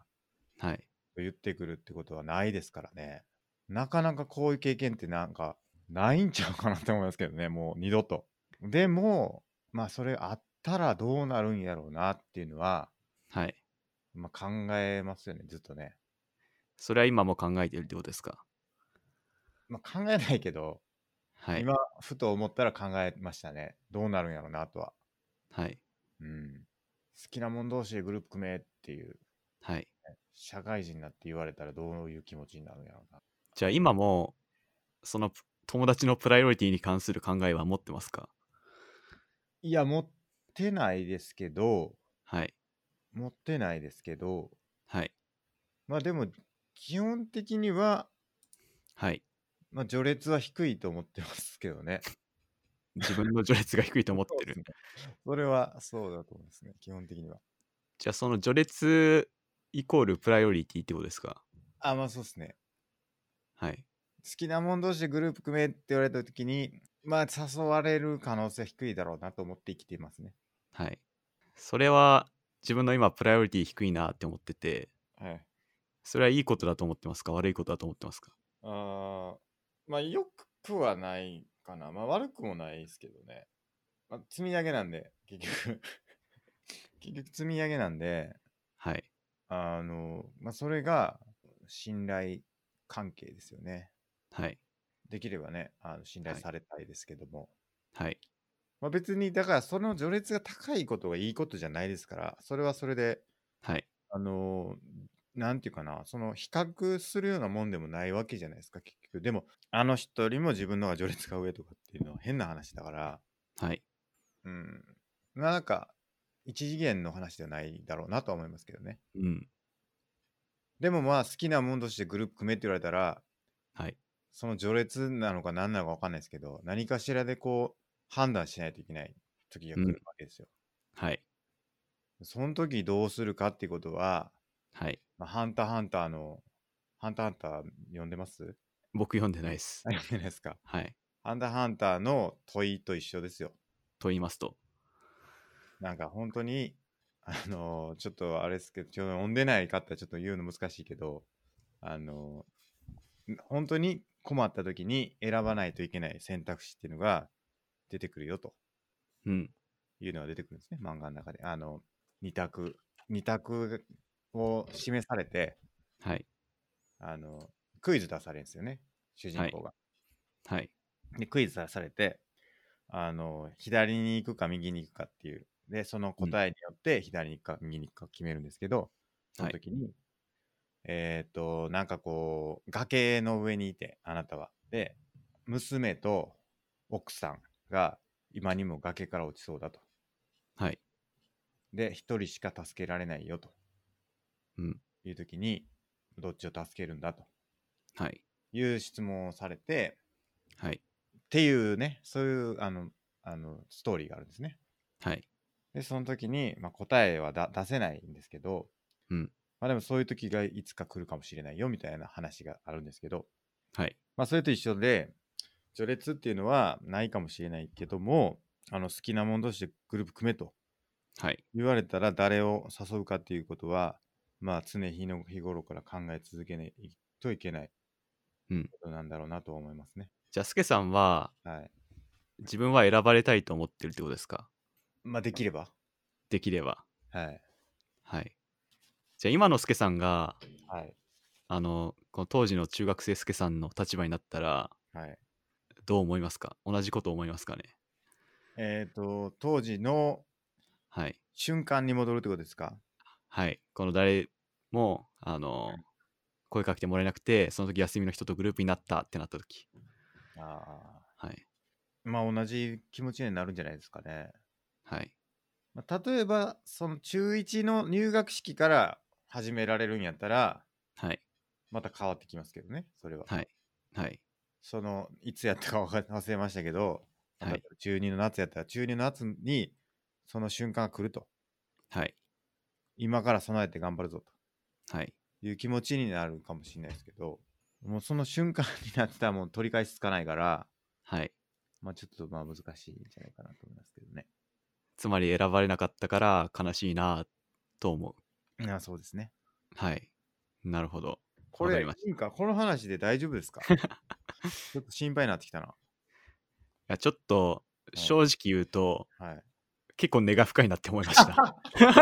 Speaker 2: はい。
Speaker 1: 言ってくるってことはないですからね。なかなかこういう経験ってなんかないんちゃうかなって思いますけどね、もう二度と。でも、まあそれあったらどうなるんやろうなっていうのは、
Speaker 2: はい。
Speaker 1: まあ、考えますよね、ずっとね。
Speaker 2: それは今も考えてるってことですか。
Speaker 1: まあ、考えないけど、
Speaker 2: はい。
Speaker 1: 今、ふと思ったら考えましたね。どうなるんやろうなとは。
Speaker 2: はい。
Speaker 1: うん。好きなもん同士でグループ組めっていう、
Speaker 2: はい。
Speaker 1: 社会人になって言われたらどういう気持ちになるんやろうな。
Speaker 2: じゃあ今もそのプ友達のプライオリティに関する考えは持ってますか
Speaker 1: いや、持ってないですけど、
Speaker 2: はい。
Speaker 1: 持ってないですけど、
Speaker 2: はい。
Speaker 1: まあでも、基本的には、
Speaker 2: はい。
Speaker 1: まあ、序列は低いと思ってますけどね。
Speaker 2: 自分の序列が低いと思っ
Speaker 1: そう
Speaker 2: て
Speaker 1: で
Speaker 2: る
Speaker 1: す。ね。 [LAUGHS] それはそうだと思いますね、基本的には。
Speaker 2: じゃあその序列イコールプライオリティってことですか
Speaker 1: あ、まあそうですね。
Speaker 2: はい。
Speaker 1: 好きなもん同士でグループ組めって言われたときに、まあ誘われる可能性は低いだろうなと思って生きていますね。
Speaker 2: はい。それは自分の今プライオリティ低いなって思ってて、
Speaker 1: はい。
Speaker 2: それはいいことだと思ってますか悪いことだと思ってますか
Speaker 1: あーまあよくはないかな。まあ悪くもないですけどね。まあ、積み上げなんで、結局。 [LAUGHS] 結局積み上げなんで、
Speaker 2: はい。
Speaker 1: あの、まあそれが信頼関係ですよね。
Speaker 2: はい。
Speaker 1: できればね、あの信頼
Speaker 2: はい
Speaker 1: されたいですけども。
Speaker 2: はい。
Speaker 1: まあ別に、だからその序列が高いことがいいことじゃないですから、それはそれで、
Speaker 2: はい。
Speaker 1: あのーなんていうかな、その比較するようなもんでもないわけじゃないですか、結局。でも、あの人よりも自分の方が序列が上とかっていうのは変な話だから、
Speaker 2: はい。
Speaker 1: うん。まあなんか、一次元の話ではないだろうなとは思いますけどね。
Speaker 2: うん。
Speaker 1: でもまあ、好きなもんとしてグループ組めって言われたら、
Speaker 2: はい。
Speaker 1: その序列なのか何なのか分かんないですけど、何かしらでこう、判断しないといけない時が来
Speaker 2: うん
Speaker 1: るわけですよ。
Speaker 2: はい。
Speaker 1: その時どうするかっていうことは、
Speaker 2: はい。
Speaker 1: まあ、ハンターハンターの、ハンターハンター読んでます
Speaker 2: 僕読んでないです。
Speaker 1: あ、読んでないですか。
Speaker 2: はい。
Speaker 1: ハンターハンターの問いと一緒ですよ。
Speaker 2: と言いますと。
Speaker 1: なんか本当に、あのーちょっとあれですけど、ちょっと読んでない方ちょっと言うの難しいけど、あのーん本当に困った時に選ばないといけない選択肢っていうのが出てくるよと
Speaker 2: うん。
Speaker 1: いうのが出てくるんですね、漫画の中で。あの、二択、二択を示されて、
Speaker 2: はい。
Speaker 1: あの、クイズ出されるんですよね、主人公が。
Speaker 2: はい。
Speaker 1: で、クイズ出されて、あの、左に行くか右に行くかっていう。で、その答えによって左に行くか右に行くか決めるんですけど、その
Speaker 2: はい。
Speaker 1: 時に、えっ、と、なんかこう、崖の上にいて、あなたは。で、娘と奥さんが今にも崖から落ちそうだと。
Speaker 2: はい。
Speaker 1: で、一人しか助けられないよと
Speaker 2: うん。
Speaker 1: いう時に、どっちを助けるんだと
Speaker 2: はい。
Speaker 1: いう質問をされて、
Speaker 2: はい。
Speaker 1: っていうね、そういう、あの、あの、ストーリーがあるんですね。
Speaker 2: はい。
Speaker 1: で、その時に、まあ、答えはだ出せないんですけど、
Speaker 2: うん
Speaker 1: まあでもそういう時がいつか来るかもしれないよみたいな話があるんですけど、
Speaker 2: はい。
Speaker 1: まあそれと一緒で、序列っていうのはないかもしれないけども、あの好きなもん同士でグループ組めと
Speaker 2: はい。
Speaker 1: 言われたら誰を誘うかっていうことは、まあ常日の日頃から考え続けないといけない
Speaker 2: うん
Speaker 1: ことなんだろうなとは思いますね。
Speaker 2: じゃあ、スケさんは
Speaker 1: はい。
Speaker 2: 自分は選ばれたいと思ってるってことですか
Speaker 1: まあできれば。
Speaker 2: できれば。
Speaker 1: はい。
Speaker 2: はい。じゃあ、今のスケさんが、
Speaker 1: はい。
Speaker 2: あの、この当時の中学生スケさんの立場になったら、
Speaker 1: はい。
Speaker 2: どう思いますか同じこと思いますかね
Speaker 1: えっ、と、当時の
Speaker 2: はい。
Speaker 1: 瞬間に戻るってことですか
Speaker 2: はい。この誰もあの声かけてもらえなくてその時休みの人とグループになったってなった時
Speaker 1: あ
Speaker 2: はい
Speaker 1: ーまあ同じ気持ちになるんじゃないですかね。
Speaker 2: はい
Speaker 1: まあ、例えば、その中1の入学式から始められるんやったら、
Speaker 2: はい
Speaker 1: また変わってきますけどね、それは。
Speaker 2: はいはい
Speaker 1: その、いつやったかわか忘れましたけど、
Speaker 2: はい
Speaker 1: 例えば中2の夏やったら、中2の夏にその瞬間が来ると。
Speaker 2: はい
Speaker 1: 今から備えて頑張るぞ
Speaker 2: はい
Speaker 1: という気持ちになるかもしれないですけど、もうその瞬間になってたらもう取り返しつかないから、
Speaker 2: はい
Speaker 1: まあちょっとまあ難しいんじゃないかなと思いますけどね。
Speaker 2: つまり選ばれなかったから悲しいなと思う
Speaker 1: あそうですね。
Speaker 2: はいなるほど
Speaker 1: こ
Speaker 2: わか
Speaker 1: れ、
Speaker 2: りまし
Speaker 1: いいんかこの話で大丈夫
Speaker 2: [LAUGHS]
Speaker 1: ですかちょっと心配になってきたな。
Speaker 2: いやちょっと
Speaker 1: うん
Speaker 2: 正直言うと、
Speaker 1: はい。
Speaker 2: 結構根が深いなって思いました
Speaker 1: [LAUGHS]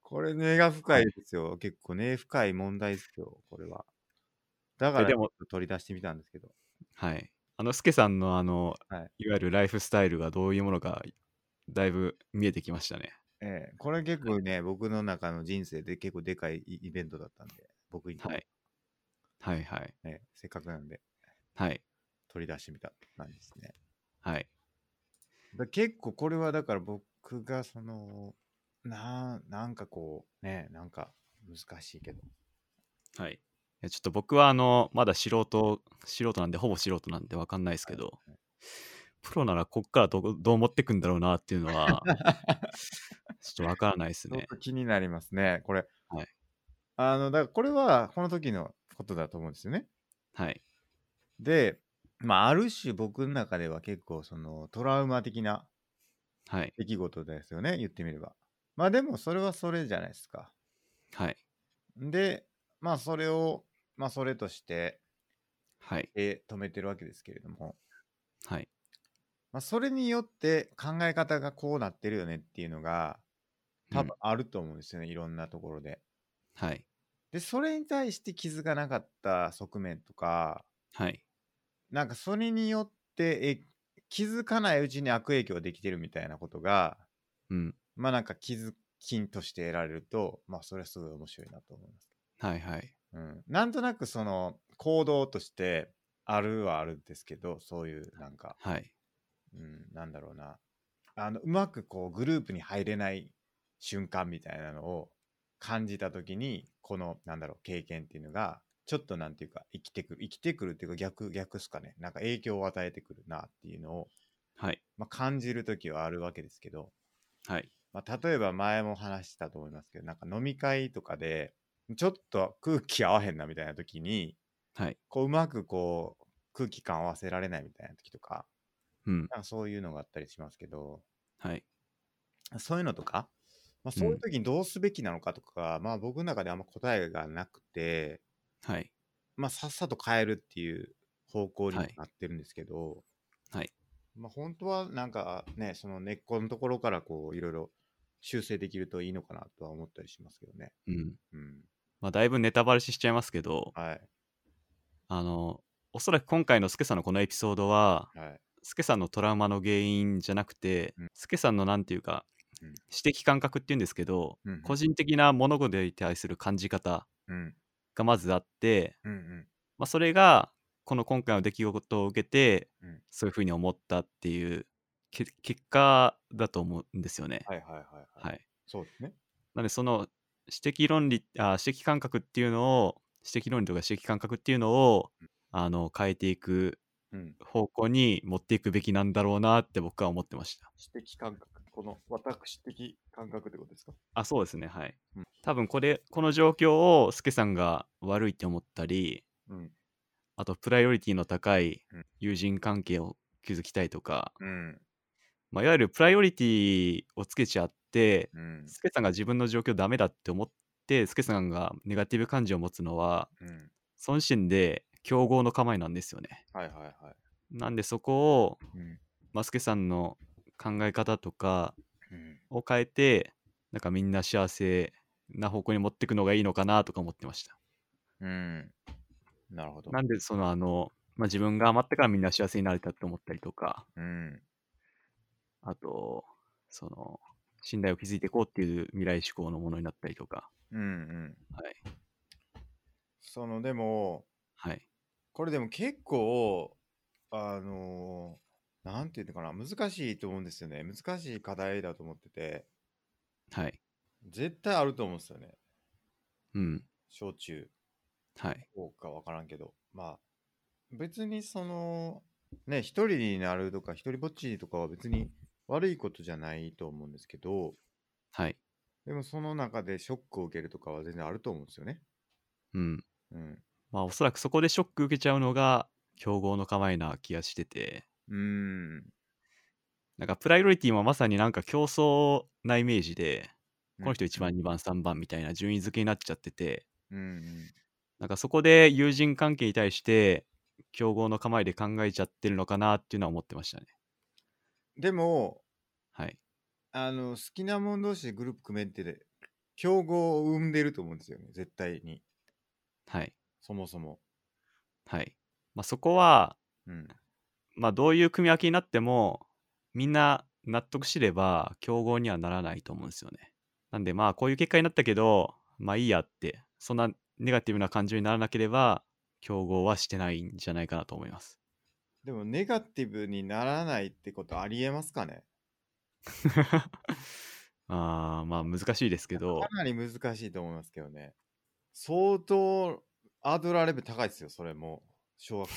Speaker 1: これ、根が深いですよ。結構根深い問題ですよ、これは。だから、
Speaker 2: えでも
Speaker 1: 取り出してみたんですけど。
Speaker 2: はいあのスケさんのあの、
Speaker 1: はい
Speaker 2: いわゆるライフスタイルがどういうものかだいぶ見えてきましたね
Speaker 1: ええこれ結構ね、僕の中の人生で結構でかいイイベントだったんで、僕にとっ
Speaker 2: は
Speaker 1: て、
Speaker 2: い。はいはい。
Speaker 1: ええせっかくなんで
Speaker 2: はい。
Speaker 1: 取り出してみたって感じですね。
Speaker 2: はい。
Speaker 1: だ結構これはだから僕がその、ななんかこう、ね、なんか難しいけど。
Speaker 2: はい。いやちょっと僕はあの、まだ素人、素人なんで、ほぼ素人なんでわかんないですけど、プロならこっからどこどう持ってくんだろうなっていうの [LAUGHS] は、ちょっとわからないです
Speaker 1: すご
Speaker 2: ね。
Speaker 1: く気になりますね、これ。
Speaker 2: はい
Speaker 1: あの、だからこれは、この時のことだと思うんですよね。
Speaker 2: はい。
Speaker 1: で、まあ、ある種僕の中では結構、その、トラウマ的な
Speaker 2: はい。
Speaker 1: 出来事ですよね、言ってみれば。まあ、でも、それはそれじゃないですか。
Speaker 2: はい。
Speaker 1: で、まあ、それを、まあ、それとして、
Speaker 2: はい。
Speaker 1: えー止めてるわけですけれども、
Speaker 2: はい。
Speaker 1: まあ、それによって考え方がこうなってるよねっていうのが、多
Speaker 2: うん
Speaker 1: 分あると思うんですよね、いろんなところで。
Speaker 2: はい。
Speaker 1: で、それに対して気づかなかった側面とか、
Speaker 2: はい。
Speaker 1: なんかそれによってえ気づかないうちに悪影響ができてるみたいなことが
Speaker 2: うん。
Speaker 1: まあなんか気づきとして得られるとまあそれはすごい面白いなと思います。
Speaker 2: はい。はい。
Speaker 1: うん、なんとなくその行動としてあるはあるんですけどそういうなんか、
Speaker 2: はい。
Speaker 1: うん、なんだろうなあのうまくこうグループに入れない瞬間みたいなのを感じた時にこのなんだろう経験っていうのがちょっとなんていうか生きてくる生きてくるっていうか逆逆っすかねなんか影響を与えてくるなっていうのを、
Speaker 2: はい。
Speaker 1: まあ、感じる時はあるわけですけど、
Speaker 2: はい。
Speaker 1: まあ、例えば前も話したと思いますけどなんか飲み会とかでちょっと空気合わへんなみたいな時に
Speaker 2: はい。
Speaker 1: こううまくこう空気感合わせられないみたいな時とか
Speaker 2: うん。
Speaker 1: なんかそういうのがあったりしますけど
Speaker 2: はい。
Speaker 1: そういうのとか、まあ、
Speaker 2: うん
Speaker 1: そういう時にどうすべきなのかとかが、まあ僕の中であんま答えがなくて、
Speaker 2: はい。
Speaker 1: まあさっさと変えるっていう方向に
Speaker 2: はい
Speaker 1: なってるんですけど、
Speaker 2: はい。
Speaker 1: まあ本当はなんかね、その根っこのところからこういろいろ修正できるといいのかなとは思ったりしますけどね。
Speaker 2: うん。
Speaker 1: うん。
Speaker 2: まあ、だいぶネタバレしちゃいますけど、
Speaker 1: はい。
Speaker 2: あの、おそらく今回のスケさんのこのエピソードは、
Speaker 1: はい。
Speaker 2: スケさんのトラウマの原因じゃなくて、
Speaker 1: うん
Speaker 2: スケさんのなんていうか、
Speaker 1: うん
Speaker 2: 私的感覚っていうんですけど、
Speaker 1: うんうん
Speaker 2: 個人的な物事に対する感じ方
Speaker 1: うん。
Speaker 2: がまずあって、
Speaker 1: うんうん。
Speaker 2: まあ、それがこの今回の出来事を受けて、
Speaker 1: うん
Speaker 2: そういうふうに思ったっていうけ結果だと思うんですよね。
Speaker 1: はいはいはいはい。
Speaker 2: はい、
Speaker 1: そうですね。
Speaker 2: なのでその指摘論理あ指摘感覚っていうのを指摘論理とか指摘感覚っていうのをあの変えていく
Speaker 1: うん。
Speaker 2: 方向に持っていくべきなんだろうなって僕は思ってました。
Speaker 1: 指摘感覚、この私的感覚ってことですか
Speaker 2: あ、そうですね、はい。
Speaker 1: うん
Speaker 2: 多分これ、この状況をスケさんが悪いって思ったり、
Speaker 1: うん。
Speaker 2: あとプライオリティの高い
Speaker 1: うん
Speaker 2: 友人関係を築きたいとか、
Speaker 1: うん。
Speaker 2: まあ、いわゆるプライオリティをつけちゃって、
Speaker 1: うん。
Speaker 2: スケさんが自分の状況ダメだって思って、スケさんがネガティブ感情を持つのは、
Speaker 1: うん。
Speaker 2: その時点で競合の構えなんですよね。
Speaker 1: はいはいは
Speaker 2: なんでそこを、
Speaker 1: い。うん。
Speaker 2: まあ、スケさんの考え方とか
Speaker 1: うん。
Speaker 2: を変えて、なんかみんな幸せな方向に持っていくのがいいのかなとか思ってました。
Speaker 1: うん。なるほど。
Speaker 2: なんでそのあの、まあ、自分が余ったからみんな幸せになれたと思ったりとか、
Speaker 1: うん。
Speaker 2: あと、その、信頼を築いていこうっていう未来志向のものになったりとか。
Speaker 1: うんうん。
Speaker 2: はい。
Speaker 1: その、でも、
Speaker 2: はい。
Speaker 1: これでも結構、あのーなんていうのかな、難しいと思うんですよね。難しい課題だと思ってて、
Speaker 2: はい。
Speaker 1: 絶対あると思うんですよね。
Speaker 2: うん。
Speaker 1: 小中
Speaker 2: はい。
Speaker 1: 高か分からんけど。まあ、別にその、ね、一人になるとか、一人ぼっちとかは別に悪いことじゃないと思うんですけど、
Speaker 2: はい。
Speaker 1: でもその中でショックを受けるとかは全然あると思うんですよね。
Speaker 2: うん。
Speaker 1: うん。
Speaker 2: まあ、おそらくそこでショック受けちゃうのが、競合の構えな気がしてて、
Speaker 1: うーん。
Speaker 2: なんかプライオリティもまさになんか競争なイメージで、この人1番、2番、3番みたいな順位付けになっちゃってて、
Speaker 1: うんうん。
Speaker 2: なんかそこで友人関係に対して、競合の構えで考えちゃってるのかなっていうのは思ってましたね。
Speaker 1: でも、
Speaker 2: はい。
Speaker 1: あの、好きなもん同士でグループ組めってで、競合を生んでると思うんですよね、絶対に。
Speaker 2: はい。
Speaker 1: そもそも。
Speaker 2: はい。まあ、そこは、
Speaker 1: うん。
Speaker 2: まあ、どういう組み分けになっても、みんな納得しれば、競合にはならないと思うんですよね。なんで、まあ、こういう結果になったけど、まあいいやって、そんなネガティブな感情にならなければ、競合はしてないんじゃないかなと思います。 [LAUGHS]
Speaker 1: でも、ネガティブにならないってことありえますかね
Speaker 2: あーまあ、難しいですけど
Speaker 1: か、なり難しいと思いますけどね。相当、アードラーレベル高いですよ、それも。小
Speaker 2: [LAUGHS]
Speaker 1: 学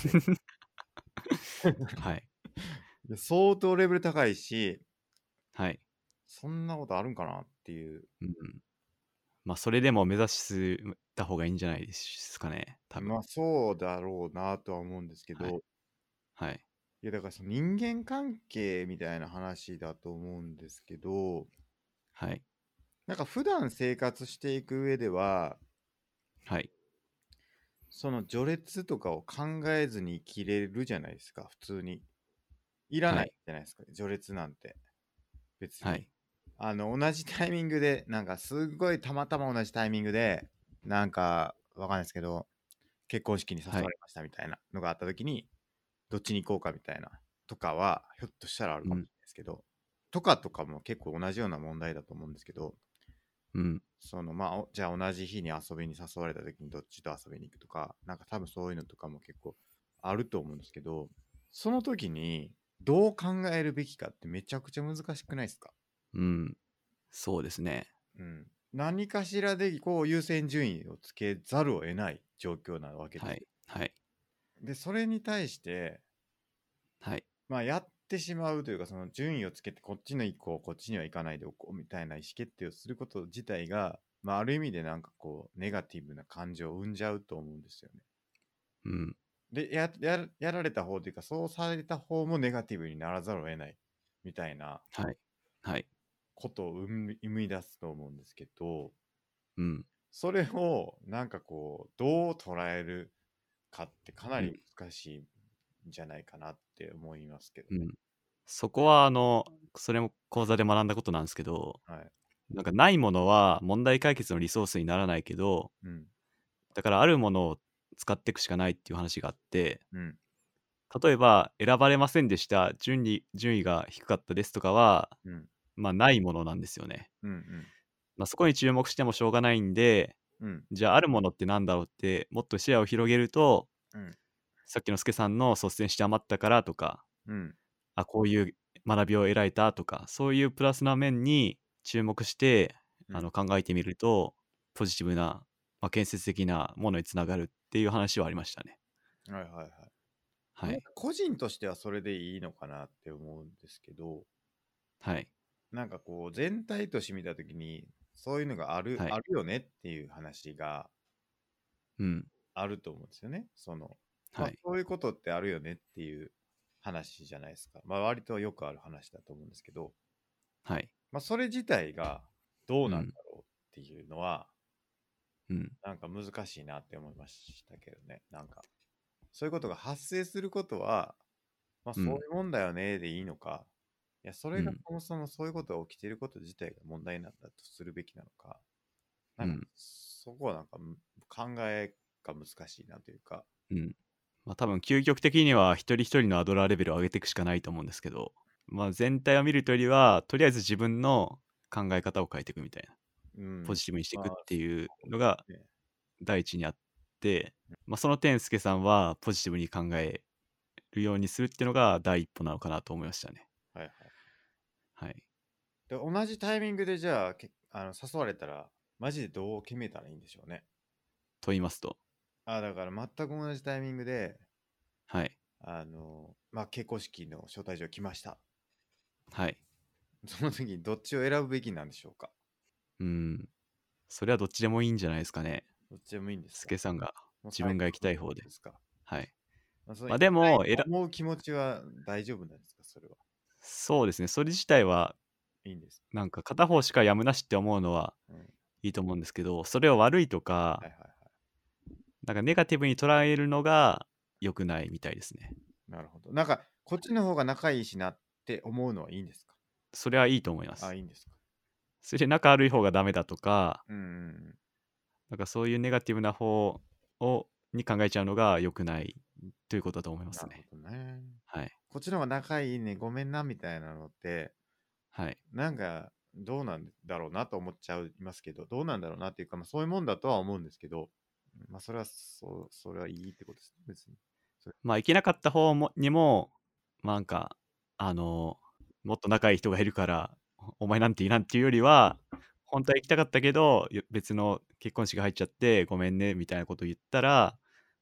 Speaker 1: 生。
Speaker 2: はい。
Speaker 1: で相当レベル高いし、
Speaker 2: はい。
Speaker 1: そんなことあるんかなっていう。
Speaker 2: うん。まあ、それでも目指した方がいいんじゃないですかね、多分。
Speaker 1: まあ、そうだろうなとは思うんですけど、
Speaker 2: はい
Speaker 1: い、
Speaker 2: はい。
Speaker 1: や、だからその人間関係みたいな話だと思うんですけど、
Speaker 2: はい。
Speaker 1: なんか普段生活していく上では、
Speaker 2: はい。
Speaker 1: その序列とかを考えずに生きれるじゃないですか、普通に。いらな
Speaker 2: はい
Speaker 1: いじゃないですか、序列なんて。別に。
Speaker 2: はい。
Speaker 1: あの、同じタイミングで、なんかすごいたまたま同じタイミングで、なんかわかんないですけど、結婚式に誘われましたみたいなのがあった時に、どっちに行こうかみたいなとかは、ひょっとしたらあるかもしれないですけど、とかとかも結構同じような問題だと思うんですけど、
Speaker 2: うん。
Speaker 1: そのまあおじゃあ同じ日に遊びに誘われた時にどっちと遊びに行くとかなんか多分そういうのとかも結構あると思うんですけどその時にどう考えるべきかってめちゃくちゃ難しくないですか、
Speaker 2: うん。そうですね。
Speaker 1: うん、何かしらでこう優先順位をつけざるを得ない状況なわけです、
Speaker 2: はい。はい。
Speaker 1: でそれに対して、
Speaker 2: はい。
Speaker 1: まあ、やってしまうというかその順位をつけてこっちの行こうこっちには行かないでおこうみたいな意思決定をすること自体が、まあ、ある意味でなんかこうネガティブな感情を生んじゃうと思うんですよね。
Speaker 2: うん。
Speaker 1: でやややられた方というかそうされた方もネガティブにならざるを得ないみたいな
Speaker 2: はい。はい。
Speaker 1: ことを生み生み出すと思うんですけど
Speaker 2: うん。
Speaker 1: それをなんかこうどう捉えるかってかな
Speaker 2: う
Speaker 1: り
Speaker 2: ん
Speaker 1: 難しいんじゃないかなって思いますけど
Speaker 2: う
Speaker 1: ね。
Speaker 2: ん。そこは、あの、それも講座で学んだことなんですけど、
Speaker 1: はい
Speaker 2: なんかないものは問題解決のリソースにならないけど、
Speaker 1: うん
Speaker 2: だからあるものを使っていくしかないっていう話があって、
Speaker 1: うん
Speaker 2: 例えば、選ばれませんでした、順位順位が低かったですとかは、
Speaker 1: うん
Speaker 2: まあ、ないものなんですよね。
Speaker 1: うん
Speaker 2: まあ、そこに注目してもしょうがないんで、
Speaker 1: うん
Speaker 2: じゃあ、あるものってなんだろうって、もっと視野を広げると、
Speaker 1: うん
Speaker 2: さっきの助さんの率先して余ったからとか、
Speaker 1: うん
Speaker 2: あ、こういう学びを得られたとか、そういうプラスな面に注目して、
Speaker 1: うん
Speaker 2: あの考えてみると、ポジティブな、まあ、建設的なものにつながるっていう話はありましたね。
Speaker 1: うんはいはいはい。
Speaker 2: は
Speaker 1: なん
Speaker 2: い。
Speaker 1: か個人としてはそれでいいのかなって思うんですけど
Speaker 2: はい。
Speaker 1: なんかこう全体として見た時にそういうのがある、
Speaker 2: はい
Speaker 1: あるよねっていう話が
Speaker 2: うん。
Speaker 1: あると思うんですよね。その、まあ
Speaker 2: はい。
Speaker 1: そういうことってあるよねっていう話じゃないですか。まあ割とよくある話だと思うんですけど、
Speaker 2: はい。
Speaker 1: まあそれ自体がどうなんだろうっていうのは、
Speaker 2: うん。
Speaker 1: なんか難しいなって思いましたけどね。なんか、そういうことが発生することは、まあそううんいうもんだよねでいいのか、いや、それが
Speaker 2: うん
Speaker 1: そもそもそういうことが起きていること自体が問題なんだとするべきなのか、なん
Speaker 2: う
Speaker 1: か
Speaker 2: ん
Speaker 1: そこはなんかむ考えが難しいなというか、
Speaker 2: うん。まあ多分究極的には一人一人のアドラーレベルを上げていくしかないと思うんですけど、まあ全体を見るというよりは、とりあえず自分の考え方を変えていくみたいな、
Speaker 1: うん
Speaker 2: ポジティブにしていくっ
Speaker 1: まあ
Speaker 2: ていうのが
Speaker 1: そうですね
Speaker 2: 第一にあって、まあ、その点助さんはポジティブに考えるようにするっていうのが第一歩なのかなと思いましたね。
Speaker 1: はいはい
Speaker 2: はい、
Speaker 1: で同じタイミングでじゃあけあの誘われたらマジでどう決めたらいいんでしょうね
Speaker 2: と言いますと、
Speaker 1: あだから全く同じタイミングで
Speaker 2: はい、
Speaker 1: あのまあ結婚式の招待状来ました [LAUGHS]
Speaker 2: はい、
Speaker 1: その時にどっちを選ぶべきなんでしょうか
Speaker 2: うん、それはどっちでもいいんじゃないですかね、
Speaker 1: どっちでもいいんですか
Speaker 2: 助さんが。
Speaker 1: もう
Speaker 2: 自分が行きたい方で
Speaker 1: ですか、
Speaker 2: はい、
Speaker 1: まあその
Speaker 2: まあで
Speaker 1: 行
Speaker 2: も
Speaker 1: きたい
Speaker 2: 選
Speaker 1: 思う気持ちは大丈夫なんですかそれは
Speaker 2: そうですね、それ自体は、
Speaker 1: いいんです
Speaker 2: なんか片方しかやむなしって思うのは
Speaker 1: うん
Speaker 2: いいと思うんですけど、それを悪いとか、
Speaker 1: はいはいはい
Speaker 2: なんかネガティブに捉えるのが良くないみたいですね。
Speaker 1: なるほどなんかこっちの方が仲いいしなって思うのはいいんですか
Speaker 2: それはいいと思います
Speaker 1: あ。いいんですか
Speaker 2: それで仲悪い方がダメだとか、
Speaker 1: うんうんうん
Speaker 2: なんかそういうネガティブな方をに考えちゃうのが良くないということだと思います
Speaker 1: なる
Speaker 2: ね。
Speaker 1: ほどね
Speaker 2: はい。
Speaker 1: こっちの方が仲いいねごめんなみたいなのって
Speaker 2: はい。
Speaker 1: なんかどうなんだろうなと思っちゃいますけどどうなんだろうなっていうか、まあ、そういうもんだとは思うんですけどまあそれはそうそれはいいってことですね別に
Speaker 2: まあ、行けなかった方もにも、まあ、なんか、あのもっと仲いい人がいるから、おお前なんていらんっていうよりは、本当は行きたかったけど、よ別の結婚式が入っちゃって、ごめんね、みたいなこと言ったら、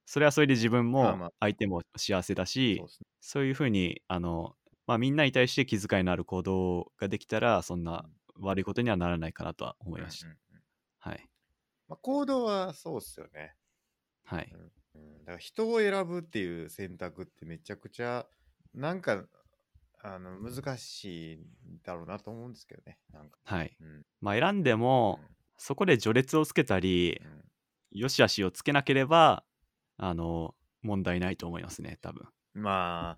Speaker 2: それはそれで自分
Speaker 1: まあまあ
Speaker 2: も相手も幸せだし、
Speaker 1: そうですね
Speaker 2: そういうふうに、あの、まあ、みんなに対して気遣いのある行動ができたら、そんな悪いことにはならないかなとは思いました。
Speaker 1: うんうんうん
Speaker 2: はい。
Speaker 1: まあ、行動はそうですよね、
Speaker 2: はい。
Speaker 1: うん、だから人を選ぶっていう選択ってめちゃくちゃなんかあの難しいんだろうなと思うんですけどねなんか、
Speaker 2: はい。
Speaker 1: うん
Speaker 2: まあ、選んでも、そこで序列をつけたり
Speaker 1: う、ん
Speaker 2: よしあしをつけなければ、あの、問題ないと思いますね、多分。
Speaker 1: うんまあ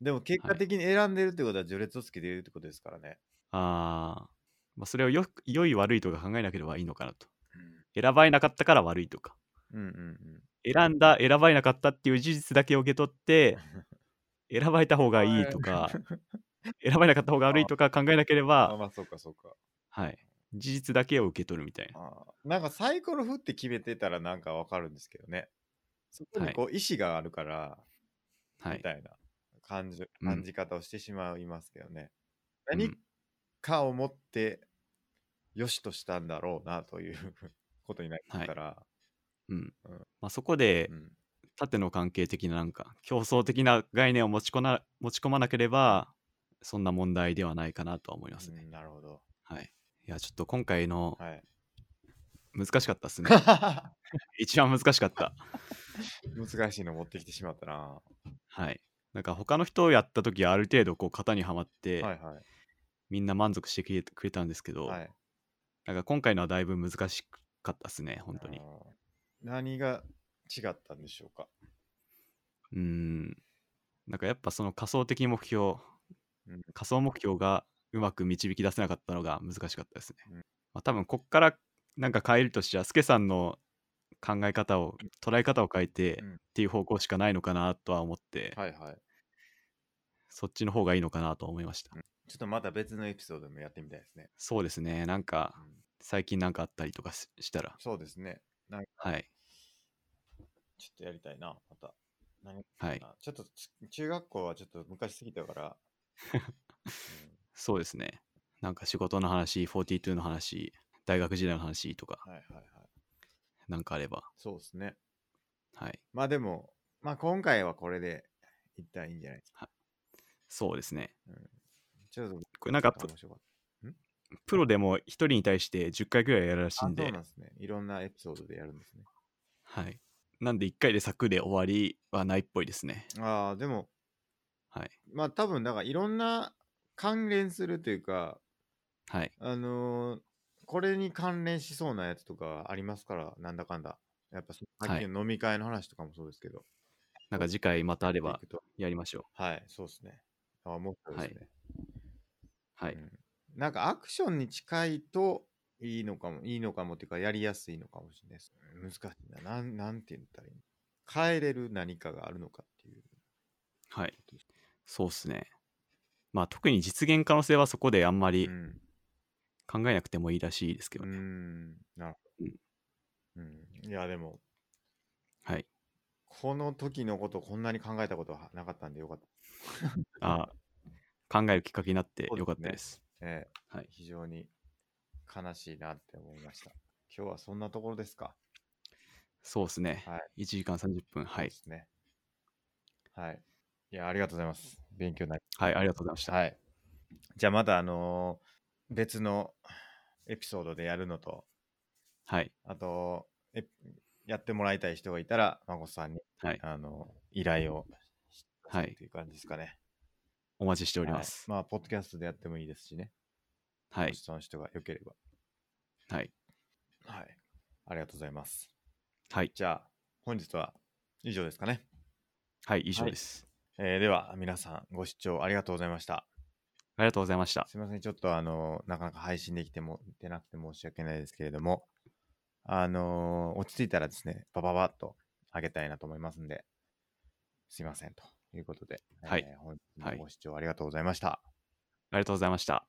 Speaker 1: でも結果
Speaker 2: はい
Speaker 1: 的に選んでるってことは序列をつけてるってことですからね、
Speaker 2: あーまあ、それをよく良い悪いとか考えなければいいのかなと。
Speaker 1: うん
Speaker 2: 選ばれなかったから悪いとか。
Speaker 1: うんうん
Speaker 2: 選んだ、選ばれなかったっていう事実だけを受け取って、
Speaker 1: う
Speaker 2: 選ばれた方がいいと
Speaker 1: [LAUGHS]
Speaker 2: か、選ばれなかった方が悪いとか考えなけれ
Speaker 1: ん。あ
Speaker 2: ば、
Speaker 1: まあ、そうか、そうか。
Speaker 2: はい、事実だけを受け取るみたいな。
Speaker 1: あなんかサイコロ振って決めてたらなんかわかるんですけどね。そこ
Speaker 2: は
Speaker 1: に
Speaker 2: い
Speaker 1: こう意志があるから、
Speaker 2: は
Speaker 1: み
Speaker 2: い。
Speaker 1: たいな感じ,、
Speaker 2: うん
Speaker 1: 感じ方をしてしまいますけどね。
Speaker 2: うん
Speaker 1: 何かを持ってよしとしたんだろうなということになったら、
Speaker 2: うん
Speaker 1: うん
Speaker 2: まあ、そこで
Speaker 1: う、ん
Speaker 2: 縦の関係的ななんか、競争的な概念を持ちこな持ち込まなければ、そんな問題ではないかなとは思いますね。
Speaker 1: うんなるほど。
Speaker 2: はい。いや、ちょっと今回の
Speaker 1: はい。
Speaker 2: 難しかったですね。一番難しかった。
Speaker 1: [LAUGHS] 難しいの持ってきてしまったな。は
Speaker 2: はい。なんか他の人をやった時はある程度こう型にはまって、
Speaker 1: いは
Speaker 2: みんな満足してくれくれたんですけ
Speaker 1: い。
Speaker 2: ど、
Speaker 1: はい、
Speaker 2: なんか今回のはだいぶ難しかったですね、本当に
Speaker 1: あ。ー何が違ったんでしょうか。
Speaker 2: うーん。なんかやっぱその仮想的目標
Speaker 1: うん、
Speaker 2: 仮想目標がうまく導き出せなかったのが難しかったですね。
Speaker 1: うん
Speaker 2: まあ、多分こっからなんか変えるとしたら、スケさんの考え方を、捉え方を変えて
Speaker 1: うん
Speaker 2: っていう方向しかないのかなとは思って、
Speaker 1: はいはい。
Speaker 2: そっちの方がいいのかなと思いました。
Speaker 1: ちょっとまた別のエピソードでもやってみたいですね。
Speaker 2: そうですね、なんか
Speaker 1: うん
Speaker 2: 最近なんかあったりとかししたら、
Speaker 1: そうですね。なんか
Speaker 2: はい、
Speaker 1: ちょっとやりたいな、また。何か
Speaker 2: はい、
Speaker 1: なちょっとつ中学校はちょっと昔すぎた
Speaker 2: [LAUGHS]
Speaker 1: から。う
Speaker 2: そうですね。なんか仕事の話、42の話、大学時代の話とか、
Speaker 1: んはいはいはい。
Speaker 2: なんかあれば、
Speaker 1: そうですね。
Speaker 2: はい、
Speaker 1: まあでも、まあ今回はこれで一旦いいんじゃないですか。
Speaker 2: そうですね。
Speaker 1: ちょっと
Speaker 2: これなんかプ
Speaker 1: 面白かっ。
Speaker 2: プロでも1人に対して10回くらいやるらしたい
Speaker 1: あ、
Speaker 2: ん
Speaker 1: そう
Speaker 2: で、
Speaker 1: なんですね。いろんなエピソードでやるんですね。
Speaker 2: はい。なんで1回で柵で終わりはないっぽいですね。
Speaker 1: ああ、でも、
Speaker 2: はい。
Speaker 1: まあ多分、だからいろんな関連するというか、
Speaker 2: はい。
Speaker 1: あのーこれに関連しそうなやつとかありますから、なんだかんだ。やっぱそのさっきの飲み会の話とかもそうですけど。
Speaker 2: なんか次回またあれ
Speaker 1: やっ
Speaker 2: ば
Speaker 1: ていくと
Speaker 2: やりましょ
Speaker 1: はい、そうですね。あ面白いですね、
Speaker 2: う。はい。
Speaker 1: うんなんかアクションに近いといいのかも、いいのかもっていうか、やりやすいのかもしれないです。難しいな。なんなんて言ったらいいの変えれる何かがあるのかっていう。
Speaker 2: はい。そうっすね。まあ特に実現可能性はそこであんまり
Speaker 1: うん
Speaker 2: 考考えなくてもいいらしいですけど
Speaker 1: うー
Speaker 2: ね。
Speaker 1: ん、なるほど。うん、いや、でも、
Speaker 2: はい。
Speaker 1: この時のことをこんなに考えたことはなかったんでよかった。
Speaker 2: あ考えるきっかけになってよかったです。
Speaker 1: ええ
Speaker 2: はい
Speaker 1: 非常に悲しいなって思いました。今日はそんなところですか。
Speaker 2: そうですね。
Speaker 1: はい
Speaker 2: 1時間30分。は
Speaker 1: そう
Speaker 2: い
Speaker 1: で。すね。はい。いや、ありがとうございます。勉強になり
Speaker 2: はい、ありがとうございました。
Speaker 1: はい。じゃあまたあのー別のエピソードでやるのと、
Speaker 2: はい。
Speaker 1: あと、えやってもらいたい人がいたら、孫さんに、
Speaker 2: はい
Speaker 1: あの依頼をし
Speaker 2: はい
Speaker 1: っていう感じですかね。
Speaker 2: お待ちしており
Speaker 1: はい
Speaker 2: ます。
Speaker 1: まあ、ポッドキャストでやってもいいですしね。
Speaker 2: は
Speaker 1: も
Speaker 2: い
Speaker 1: し。その人が良ければ。
Speaker 2: はい。
Speaker 1: はい。ありがとうございます。
Speaker 2: はい。
Speaker 1: じゃあ、本日は以上ですかね。
Speaker 2: はい。以上です。
Speaker 1: えーでは、皆さんご視聴ありがとうございました。
Speaker 2: ありがとうございました。
Speaker 1: すいません、ちょっとあの、なかなか配信できても、出なくて申し訳ないですけれども、あのー落ち着いたらですね、バババッと上げたいなと思いますんで、すいません、ということで、
Speaker 2: はい
Speaker 1: えー本日
Speaker 2: は
Speaker 1: も
Speaker 2: い
Speaker 1: ご視聴ありがとうございました。
Speaker 2: ありがとうございました。